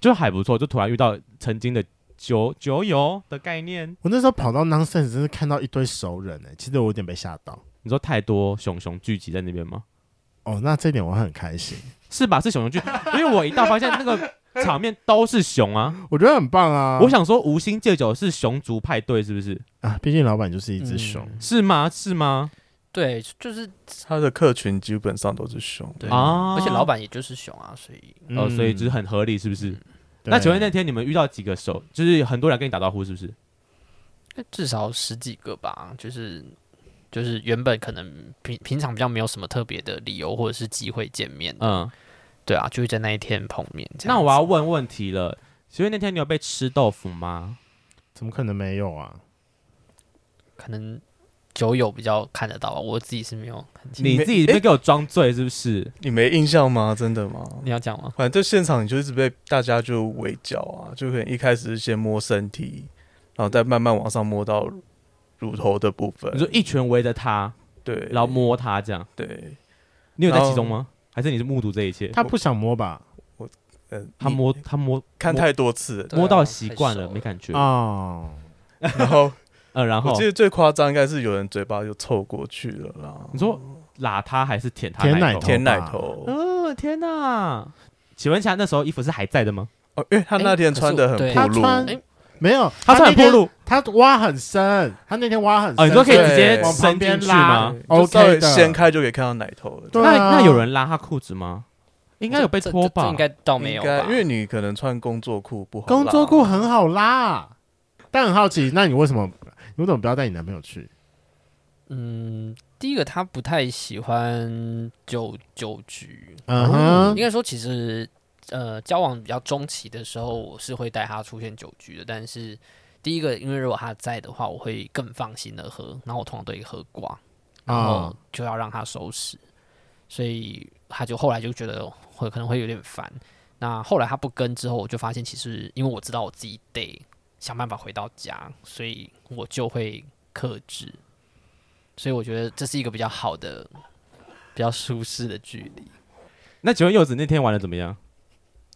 Speaker 3: 就还不错，就突然遇到曾经的酒酒友的概念。
Speaker 1: 我那时候跑到 Nonsense，真是看到一堆熟人哎、其实我有点被吓到。
Speaker 3: 你说太多熊熊聚集在那边吗？
Speaker 1: 哦，那这点我很开心，
Speaker 3: 是吧？是熊熊聚， 因为我一到发现那个场面都是熊啊，
Speaker 1: 我觉得很棒啊。
Speaker 3: 我想说无心戒酒是熊族派对是不是？
Speaker 1: 啊，毕竟老板就是一只熊，
Speaker 4: 嗯
Speaker 3: 是吗？是吗？
Speaker 4: 对，就是
Speaker 2: 他的客群基本上都是熊，
Speaker 4: 对
Speaker 1: 哦
Speaker 3: 啊
Speaker 4: 而且老板也就是熊啊，所以
Speaker 1: 嗯
Speaker 3: 哦，所以就是很合理，是不是？
Speaker 1: 对
Speaker 3: 那请问那天你们遇到几个手，就是很多人跟你打招呼，是不是？
Speaker 4: 至少十几个吧，就是就是原本可能平平常比较没有什么特别的理由或者是机会见面的，
Speaker 3: 嗯，
Speaker 4: 对啊，就会在那一天碰面这样子。
Speaker 3: 那我要问问题了，请问那天你有被吃豆腐吗？
Speaker 1: 怎么可能没有啊？
Speaker 4: 可能酒友比较看得到吧，我自己是没有很清楚。
Speaker 3: 你自己在那边给我装醉是不是？
Speaker 2: 你没印象吗？真的吗？
Speaker 4: 你要讲吗？
Speaker 2: 反正就现场你就一直被大家就围剿啊，就可能一开始是先摸身体，然后再慢慢往上摸到乳头的部分。
Speaker 3: 你说一群围着他，
Speaker 2: 对，嗯
Speaker 3: 然后摸他这样，
Speaker 2: 对，
Speaker 3: 你有在
Speaker 2: 然后
Speaker 3: 其中吗？还是你是目睹这一切？
Speaker 1: 他不想摸吧？
Speaker 2: 嗯，
Speaker 3: 他
Speaker 2: 你
Speaker 3: 摸他摸
Speaker 2: 看
Speaker 3: 摸
Speaker 2: 太多 次了，
Speaker 4: 对啊
Speaker 3: 摸到习
Speaker 4: 太
Speaker 3: 惯
Speaker 4: 熟
Speaker 3: 了，
Speaker 4: 了
Speaker 3: 没感觉。
Speaker 1: 哦，
Speaker 2: 然后
Speaker 3: 嗯，然
Speaker 2: 我
Speaker 3: 后
Speaker 2: 记得最夸张应该是有人嘴巴就凑过去了啦，
Speaker 3: 你说拉他还是舔他
Speaker 1: 舔奶
Speaker 3: 头？
Speaker 1: 头
Speaker 2: 舔奶头，
Speaker 3: 嗯，天哪！请问一下，那时候衣服是还在的吗？
Speaker 2: 哦，因为他那
Speaker 4: 哎
Speaker 2: 天穿的很
Speaker 4: 对
Speaker 1: 他
Speaker 2: 暴露，
Speaker 1: 穿
Speaker 4: 哎
Speaker 1: 没有，
Speaker 3: 他穿
Speaker 1: 那
Speaker 3: 很暴
Speaker 1: 天
Speaker 3: 露
Speaker 1: 他挖很深，他那天挖很深，
Speaker 3: 哦，你说可以直接
Speaker 2: 对
Speaker 1: 往
Speaker 3: 伸
Speaker 1: 旁
Speaker 3: 进
Speaker 1: 边
Speaker 3: 去
Speaker 1: 拉
Speaker 3: 吗？
Speaker 2: 对就稍
Speaker 1: OK
Speaker 2: 微
Speaker 1: 的
Speaker 2: 掀开就可以看到奶头了。
Speaker 1: 对
Speaker 3: 那
Speaker 1: 啊
Speaker 3: 那有人拉他裤子吗？嗯应该有被
Speaker 4: 这
Speaker 3: 脱
Speaker 4: 这这
Speaker 3: 吧？
Speaker 4: 应该倒
Speaker 2: 应
Speaker 4: 没有
Speaker 2: 该
Speaker 4: 吧？
Speaker 2: 因为你可能穿工作裤不好拉，
Speaker 1: 工作裤很好拉，但很好奇，那你为什么你为什么不要带你男朋友去？
Speaker 4: 嗯，第一个他不太喜欢酒酒局，
Speaker 1: 嗯
Speaker 4: 应
Speaker 3: 哦
Speaker 1: 哼，
Speaker 4: 该说其实呃交往比较中期的时候，我是会带他出现酒局的，但是。第一个，因为如果他在的话，我会更放心的喝，然后我通常都会喝挂，然后
Speaker 1: 啊，
Speaker 4: 就要让他收拾，所以他就后来就觉得会可能会有点烦。那后来他不跟之后，我就发现其实因为我知道我自己得想办法回到家，所以我就会克制。所以我觉得这是一个比较好的、比较舒适的距离。
Speaker 3: 那请问柚子那天玩的怎么样？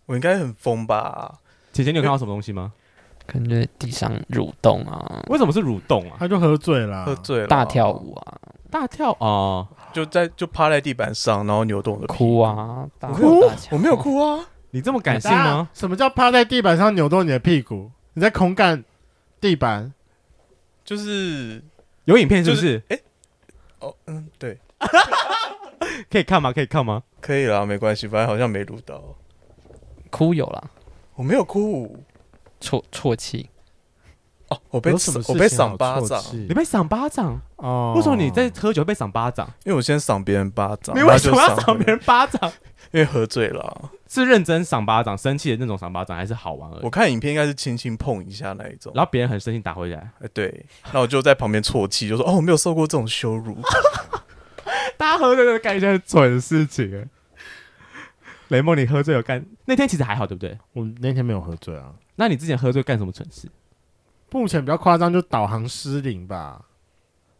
Speaker 2: 我应该很疯吧？
Speaker 3: 姐姐，你有看到什么东西吗？
Speaker 4: 可能就在地上蠕动啊，
Speaker 3: 为什么是蠕动啊？
Speaker 1: 他就喝醉了，
Speaker 2: 喝醉了，
Speaker 4: 大跳，舞啊，
Speaker 3: 大跳哦，
Speaker 2: 就在就趴在地板上，然后扭动我的屁
Speaker 4: 哭啊，大
Speaker 2: 我没有
Speaker 4: 吼大叫
Speaker 2: 我没有哭啊，
Speaker 3: 你这么感性
Speaker 1: 等一
Speaker 3: 吗
Speaker 1: 下？？什么叫趴在地板上扭动你的屁股？你在空干地板？
Speaker 2: 就是
Speaker 3: 有影片是不是？
Speaker 2: 哦，嗯，对，
Speaker 3: 可以看吗？可以看吗？
Speaker 2: 可以啦，没关系，反正好像没录到，
Speaker 4: 哭有啦，
Speaker 2: 我没有哭，
Speaker 4: 啜啜泣。
Speaker 2: 哦，我被
Speaker 1: 有什么事
Speaker 2: 我被
Speaker 1: 情好
Speaker 2: 赏巴
Speaker 1: 啜
Speaker 2: 掌，
Speaker 1: 泣
Speaker 3: 你被赏巴掌？
Speaker 1: 哦
Speaker 3: 为什么你在喝酒被赏巴掌？
Speaker 2: 因为我先赏别人巴掌，
Speaker 3: 你为什么
Speaker 2: 然
Speaker 3: 要
Speaker 2: 后就
Speaker 3: 赏别人巴 掌？
Speaker 2: 因为喝醉了啊、
Speaker 3: 是认真赏巴掌，生气的那种赏巴掌，还是好玩而已
Speaker 2: 我？看影片应该是轻轻碰一下那一种。
Speaker 3: 然后别人很生气打回来，
Speaker 2: 哎，对，那我就在旁边啜泣，就说：“哦，我没有受过这种羞辱。
Speaker 3: 大家喝醉就干一些蠢事情、欸。雷梦，你喝醉有干？那天其实还好，对不对？
Speaker 1: 我那天没有喝醉啊。
Speaker 3: 那你之前喝醉干什么蠢事？
Speaker 1: 目前比较夸张就导航失灵吧。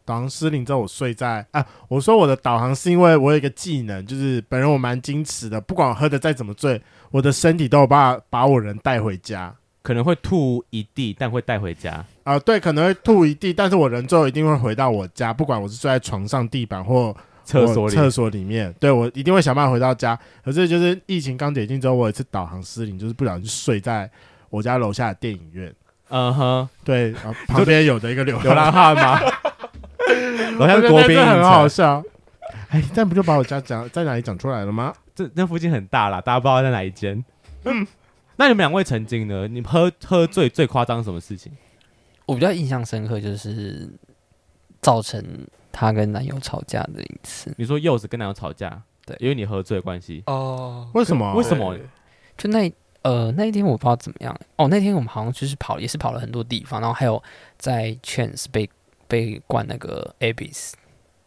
Speaker 1: 导航失灵之后，我睡在啊，我说我的导航是因为我有一个技能，就是本人我蛮矜持的，不管我喝的再怎么醉，我的身体都有办法把我人带回家
Speaker 3: 可能会吐一地，但会带回家。
Speaker 1: 啊。对，可能会吐一地，但是我人最后一定会回到我家，不管我是睡在床上、地板或
Speaker 3: 厕所
Speaker 1: 我
Speaker 3: 里，
Speaker 1: 厕所里面，对我一定会想办法回到家。可是就是疫情刚解禁之后，我有一次导航失灵，就是不小心睡在我家楼下的电影院，
Speaker 3: 嗯哼，
Speaker 1: 对，然后旁边 有的一个流
Speaker 3: 流
Speaker 1: 浪
Speaker 3: 浪汉 吗？楼
Speaker 1: 我
Speaker 3: 下是
Speaker 1: 觉
Speaker 3: 国
Speaker 1: 得
Speaker 3: 宾
Speaker 1: 这很
Speaker 3: 饮
Speaker 1: 好
Speaker 3: 茶
Speaker 1: 笑。哎，但不就把我家讲在哪里讲出来了吗？
Speaker 3: 这那附近很大啦，大家不知道在哪一间。
Speaker 1: 嗯
Speaker 3: 那你们两位曾经呢？你们喝喝醉最夸张是什么事情？
Speaker 4: 我比较印象深刻就是造成她跟男友吵架的一次，
Speaker 3: 你说柚子跟男友吵架，
Speaker 4: 对
Speaker 3: 因为你喝醉的关系”。
Speaker 2: 哦，
Speaker 1: 哎为什么？
Speaker 3: 为什么
Speaker 2: 对？
Speaker 4: 就那一呃那一天我不知道怎么样哦，那天我们好像就是跑也是跑了很多地方，然后还有在 Chance 被被灌那个 Abis，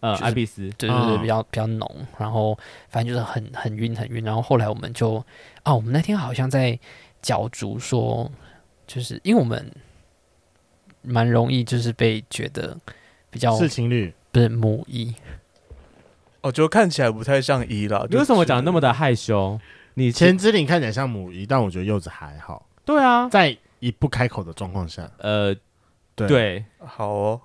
Speaker 3: 呃，
Speaker 4: 就是
Speaker 3: 艾比斯，
Speaker 4: 对对对，
Speaker 1: 嗯
Speaker 4: 比较比较浓，然后反正就是很很晕很晕，然后后来我们就啊，我们那天好像在角逐说，就是因为我们蛮容易就是被觉得比较
Speaker 1: 是情侣？
Speaker 4: 不是母一。
Speaker 2: 哦，就看起来不太像一啦。
Speaker 3: 你为什么讲得那么
Speaker 2: 大？
Speaker 3: 的害羞？你
Speaker 1: 钱之灵看起来像母一，但我觉得柚子还好，
Speaker 3: 对啊，
Speaker 1: 在一不开口的状况下，
Speaker 3: 呃，
Speaker 1: 对
Speaker 3: 对，
Speaker 2: 好哦，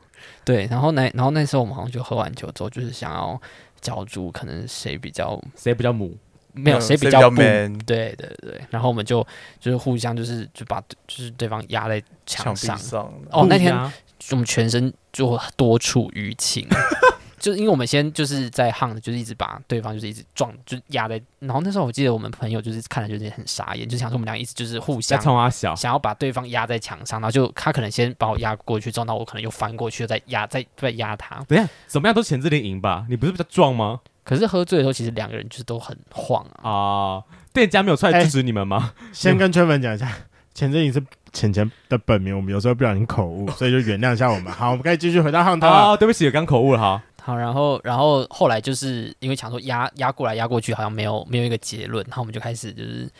Speaker 4: 对，然后那然后那时候我们好像就喝完酒之后，就是想要角逐，可能谁比较
Speaker 3: 谁比较母？
Speaker 4: 没有
Speaker 2: 嗯
Speaker 4: 谁
Speaker 2: 比
Speaker 4: 较不。
Speaker 2: man？
Speaker 4: 对对对，然后我们就就是互相就是就把就是对方压在
Speaker 2: 墙
Speaker 4: 墙
Speaker 2: 壁
Speaker 4: 上，
Speaker 2: 上的
Speaker 3: 啊
Speaker 4: 哦那天
Speaker 3: 不一样
Speaker 4: 我们全身就多处淤青， 就是因为我们先就是在 hang，就是一直把对方就是一直撞，就是压在。然后那时候我记得我们朋友就是看了就是很傻眼，就想说我们俩一直就是互
Speaker 3: 在
Speaker 4: 相
Speaker 3: 冲阿小，
Speaker 4: 想要把对方压在墙上，然后就他可能先把我压过去，之后，那我可能又翻过去，又再压再再压他。
Speaker 3: 等一下怎么样都前置力赢吧？你不是比较壮吗？
Speaker 4: 可是喝醉的时候，其实两个人就是都很晃啊。
Speaker 3: 啊，店家没有出来制止你们吗？
Speaker 1: 先跟圈粉讲一下， 钱正颖是钱钱的本名，我们有时候不小心口误，所以就原谅一下我们。好，我们可以继续回到汉啊涛了。
Speaker 3: 哦，对不起，我刚口误了哈。
Speaker 4: 好，然后然后后来就是因为想说压压过来压过去，好像没有没有一个结论，然后我们就开始就是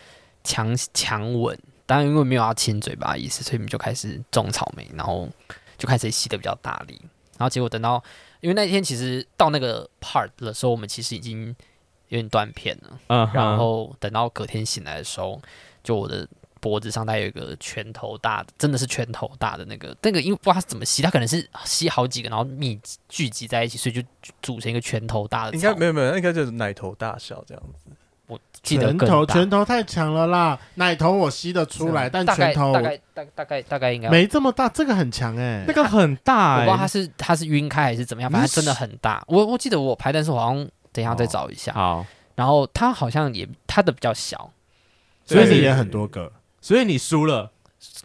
Speaker 4: 强强吻，当然因为没有要亲嘴巴的意思，所以我们就开始种草莓，然后就开始吸的比较大力，然后结果等到因为那天其实到那个 part 的时候，我们其实已经有点断片了。
Speaker 3: 嗯，
Speaker 4: 然后等到隔天醒来的时候，就我的脖子上带有一个拳头大的，真的是拳头大的那个那个，因为不知道它是怎么吸，它可能是吸好几个，然后密集聚集在一起，所以就组成一个拳头大的草。
Speaker 2: 应该没有没有，那应该就是奶头大小这样子。
Speaker 4: 我记得
Speaker 1: 拳
Speaker 4: 更
Speaker 1: 头
Speaker 4: 大
Speaker 1: 拳头太强了啦，奶头我吸得出来，但
Speaker 4: 大概
Speaker 1: 拳头
Speaker 4: 大概大大概大概应该。
Speaker 1: 没这么大，这个很强哎、
Speaker 3: 那个很大
Speaker 4: 我不知道它
Speaker 3: 哎，
Speaker 4: 是它是晕开还是怎么样，反正真的很大。我我记得我拍，但是我好像等一
Speaker 1: 哦
Speaker 4: 下再找一下。
Speaker 3: 好，
Speaker 4: 然后它好像也它的比较小，
Speaker 1: 所以
Speaker 3: 对
Speaker 1: 你也很多个。
Speaker 3: 所以你输了，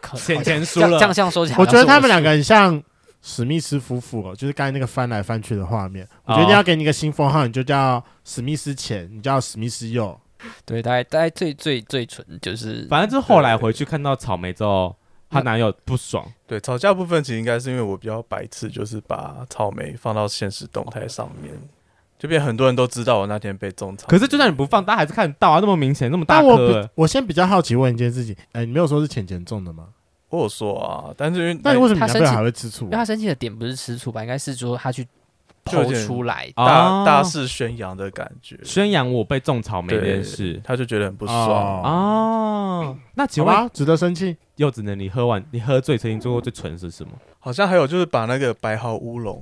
Speaker 4: 可
Speaker 3: 钱钱输
Speaker 4: 这样这样
Speaker 3: 了，
Speaker 4: 这样说起来，
Speaker 1: 我觉得他们
Speaker 4: 个。
Speaker 1: 两个很像史密斯夫妇哦，就是刚才那个翻来翻去的画面。我觉得
Speaker 3: 哦
Speaker 1: 你要给你一个新封号，你就叫史密斯前，你叫史密斯右。
Speaker 4: 对，大概大概最最最纯就是，
Speaker 3: 反正就是后来回去看到草莓之后，她男友不爽，
Speaker 2: 对，吵架部分其实应该是因为我比较白痴，就是把草莓放到现实动
Speaker 3: 哦
Speaker 2: 态上面，就变很多人都知道我那天被种草莓。
Speaker 3: 可是就算你不放，大家还是看得到啊，那么明显，那么大
Speaker 1: 但我比
Speaker 3: 颗，
Speaker 1: 我先比较好奇问一件事情，哎、你没有说是浅浅中的吗？
Speaker 2: 我有说啊，但是因为
Speaker 1: 那你为什么
Speaker 4: 他
Speaker 1: 你男朋
Speaker 4: 生
Speaker 1: 友
Speaker 4: 气
Speaker 1: 还会吃醋啊
Speaker 4: 因为？他生气的点不是吃醋吧，应该是说他去
Speaker 2: 就有
Speaker 4: 剖
Speaker 2: 点
Speaker 4: 出来，
Speaker 2: 大
Speaker 3: 哦
Speaker 2: 大肆宣扬的感觉，
Speaker 3: 宣扬我被种草莓这
Speaker 2: 对
Speaker 3: 件事
Speaker 2: 他就觉得很不爽。
Speaker 1: 哦
Speaker 3: 哦，那请
Speaker 1: 好
Speaker 3: 问
Speaker 1: 吧，值得生气。
Speaker 3: 柚子呢？你喝完你喝醉曾经做过最蠢的是什么？
Speaker 2: 好像还有就是把那个白毫乌龙，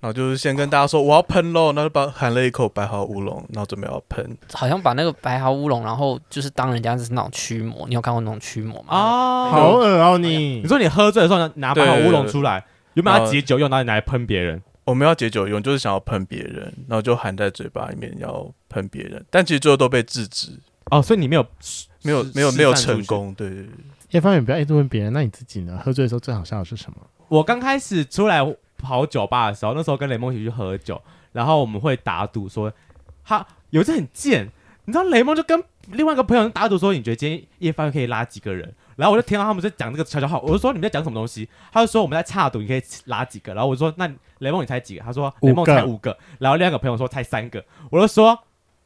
Speaker 2: 然后就是先跟大家说我要喷喽，然后就把含了一口白毫乌龙，然后准备要喷。
Speaker 4: 好像把那个白毫乌龙，然后就是当人家是那种驱魔，你有看过那种驱魔吗？
Speaker 3: 哦
Speaker 1: 好恶哦
Speaker 3: 你
Speaker 1: 你！
Speaker 3: 说你喝醉的时候拿拿
Speaker 2: 对
Speaker 3: 把
Speaker 2: 对
Speaker 3: 乌
Speaker 2: 对
Speaker 3: 龙
Speaker 2: 对
Speaker 3: 出来，原本要
Speaker 2: 呃
Speaker 3: 解酒用，然后你拿来喷别人，
Speaker 2: 我们要解酒用，就是想要喷别人，然后就含在嘴巴里面要喷别人，但其实最后都被制止，
Speaker 3: 哦，所以你没有
Speaker 2: 没有
Speaker 3: 失
Speaker 2: 没有没有
Speaker 3: 失散出
Speaker 2: 成
Speaker 3: 去
Speaker 2: 功。对对对。
Speaker 1: 一方面不要一直问别人，那你自己呢？喝醉的时候最好笑的是什么？
Speaker 3: 我刚开始出来跑酒吧的时候，那时候跟雷蒙一起去喝酒，然后我们会打赌说，他有一次很贱，你知道雷蒙就跟另外一个朋友打赌说，你觉得今天夜饭可以拉几个人？然后我就听到他们在讲这个悄悄话，我就说你们在讲什么东西？他就说我们在差赌，你可以拉几个？然后我就说那雷蒙你猜几个？他说
Speaker 1: 五个
Speaker 3: 雷蒙猜五个，然后另外一个朋友说猜三个，我就说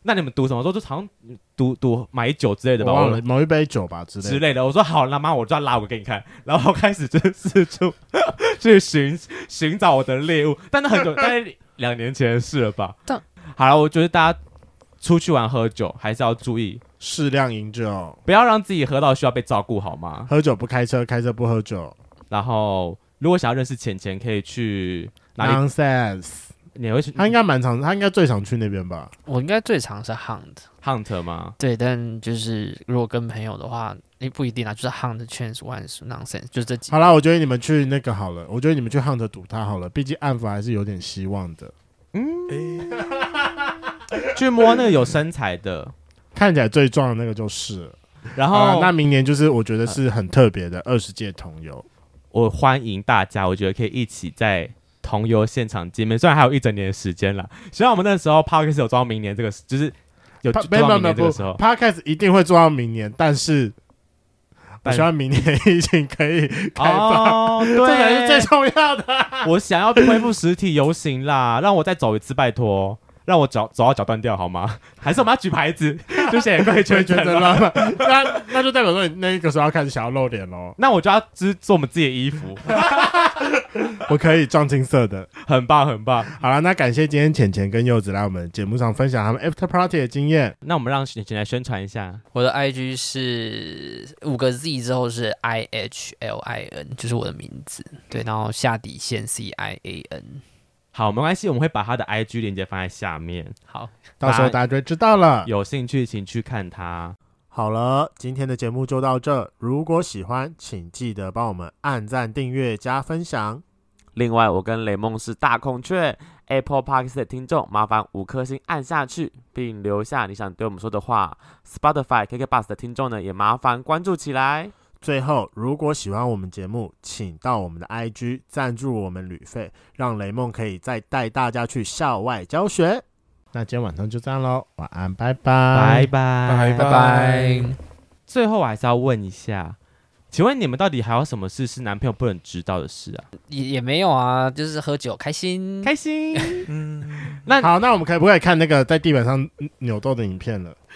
Speaker 3: 那你们赌什么？我说就好像赌赌买酒之类的吧，
Speaker 1: 我忘
Speaker 3: 我
Speaker 1: 了某一杯酒吧之类
Speaker 3: 之
Speaker 1: 的。
Speaker 3: 类的。我说好，那妈我就要拉我给你看， 然后开始就是四处 去寻寻找我的猎物，但那 很久，大概两年前的事了吧。
Speaker 4: 但
Speaker 3: 好了，我觉得大家出去玩喝酒还是要注意，
Speaker 1: 适量饮酒，
Speaker 3: 不要让自己喝到需要被照顾，好吗？
Speaker 1: 喝酒不开车，开车不喝酒。
Speaker 3: 然后如果想要认识浅浅，可以去哪里？嗯
Speaker 1: Nonsense，
Speaker 3: 你会去
Speaker 1: 他应该蛮常，他应该最常去那边吧？
Speaker 4: 我应该最常是 hunt，
Speaker 3: hunt 吗？
Speaker 4: 对，但就是如果跟朋友的话，也不一定啊，就是 hunt、chance、万数、nonsense，就这几
Speaker 1: 好啦，我觉得你们去那个好了，我觉得你们去 hunt 赌他好了，毕竟暗法还是有点希望的，
Speaker 2: 诶
Speaker 3: 去摸那个有身材的，
Speaker 1: 看起来最壮的那个就是了。
Speaker 3: 然后、
Speaker 1: 好啦啊那明年就是我觉得是很特别
Speaker 3: 哦
Speaker 1: 的二十届同游，
Speaker 3: 我欢迎大家，我觉得可以一起在同游现场见面，虽然还有一整年的时间了。虽然我们那时候 p a r k 是有装明年这个，就是有
Speaker 1: 他
Speaker 3: 装
Speaker 1: 没有没
Speaker 3: 到
Speaker 1: 有
Speaker 3: 明
Speaker 1: 没有
Speaker 3: 年这个
Speaker 1: 不
Speaker 3: 时候，
Speaker 1: ，Podcast 一定会做到明年，但是我
Speaker 3: 但
Speaker 1: 希望明年疫情可以开放，
Speaker 3: 哦，
Speaker 1: 这才是
Speaker 3: 对，
Speaker 1: 最重要 的。
Speaker 3: 我想要恢复实体游行啦，让我再走一次，拜托。让我脚走到脚断掉好吗？ 还是我们要举牌子， 就写贵圈
Speaker 1: 觉
Speaker 3: 圈
Speaker 1: 得
Speaker 3: 了。
Speaker 1: 了， 那那就代表说你那个时候要开始想要露脸喽。
Speaker 3: 那我就要织做我们自己的衣服，
Speaker 1: 我可以撞青色的。
Speaker 3: 很棒很棒。
Speaker 1: 好了，那感谢今天浅浅跟柚子来我们节目上分享他们 After Party 的经验。
Speaker 3: 那我们让雪姐来宣传一下，
Speaker 4: 我的 IG 是五个 Z 之后是 I H L I N，就是我的名字，对，然后下底线 C I A N，
Speaker 3: 好，没关系，我们会把她的 IG 链接放在下面，
Speaker 4: 好，
Speaker 1: 到时候大家就会知道了。
Speaker 3: 有兴趣请去看她。
Speaker 1: 好了，今天的节目就到这。如果喜欢，请记得帮我们按赞、订阅、加分享。
Speaker 5: 另外，我跟雷梦是大孔雀 Apple Park 的听众，麻烦五颗星按下去，并留下你想对我们说的话。Spotify KK Bus 的听众呢，也麻烦关注起来。
Speaker 1: 最后，如果喜欢我们节目，请到我们的 IG 赞助我们旅费，让雷梦可以再带大家去校外教学。那今天晚上就这样喽，晚安，拜拜，
Speaker 3: 拜哎拜
Speaker 2: 拜拜。
Speaker 3: 最后我还是要问一下，请问你们到底还有什么事是男朋友不能知道的事啊？
Speaker 4: 也也没有啊，就是喝酒开心。
Speaker 3: 开心。
Speaker 2: 嗯，Mm.
Speaker 1: 好，那我们可不可以看那个在地板上扭动的影片了？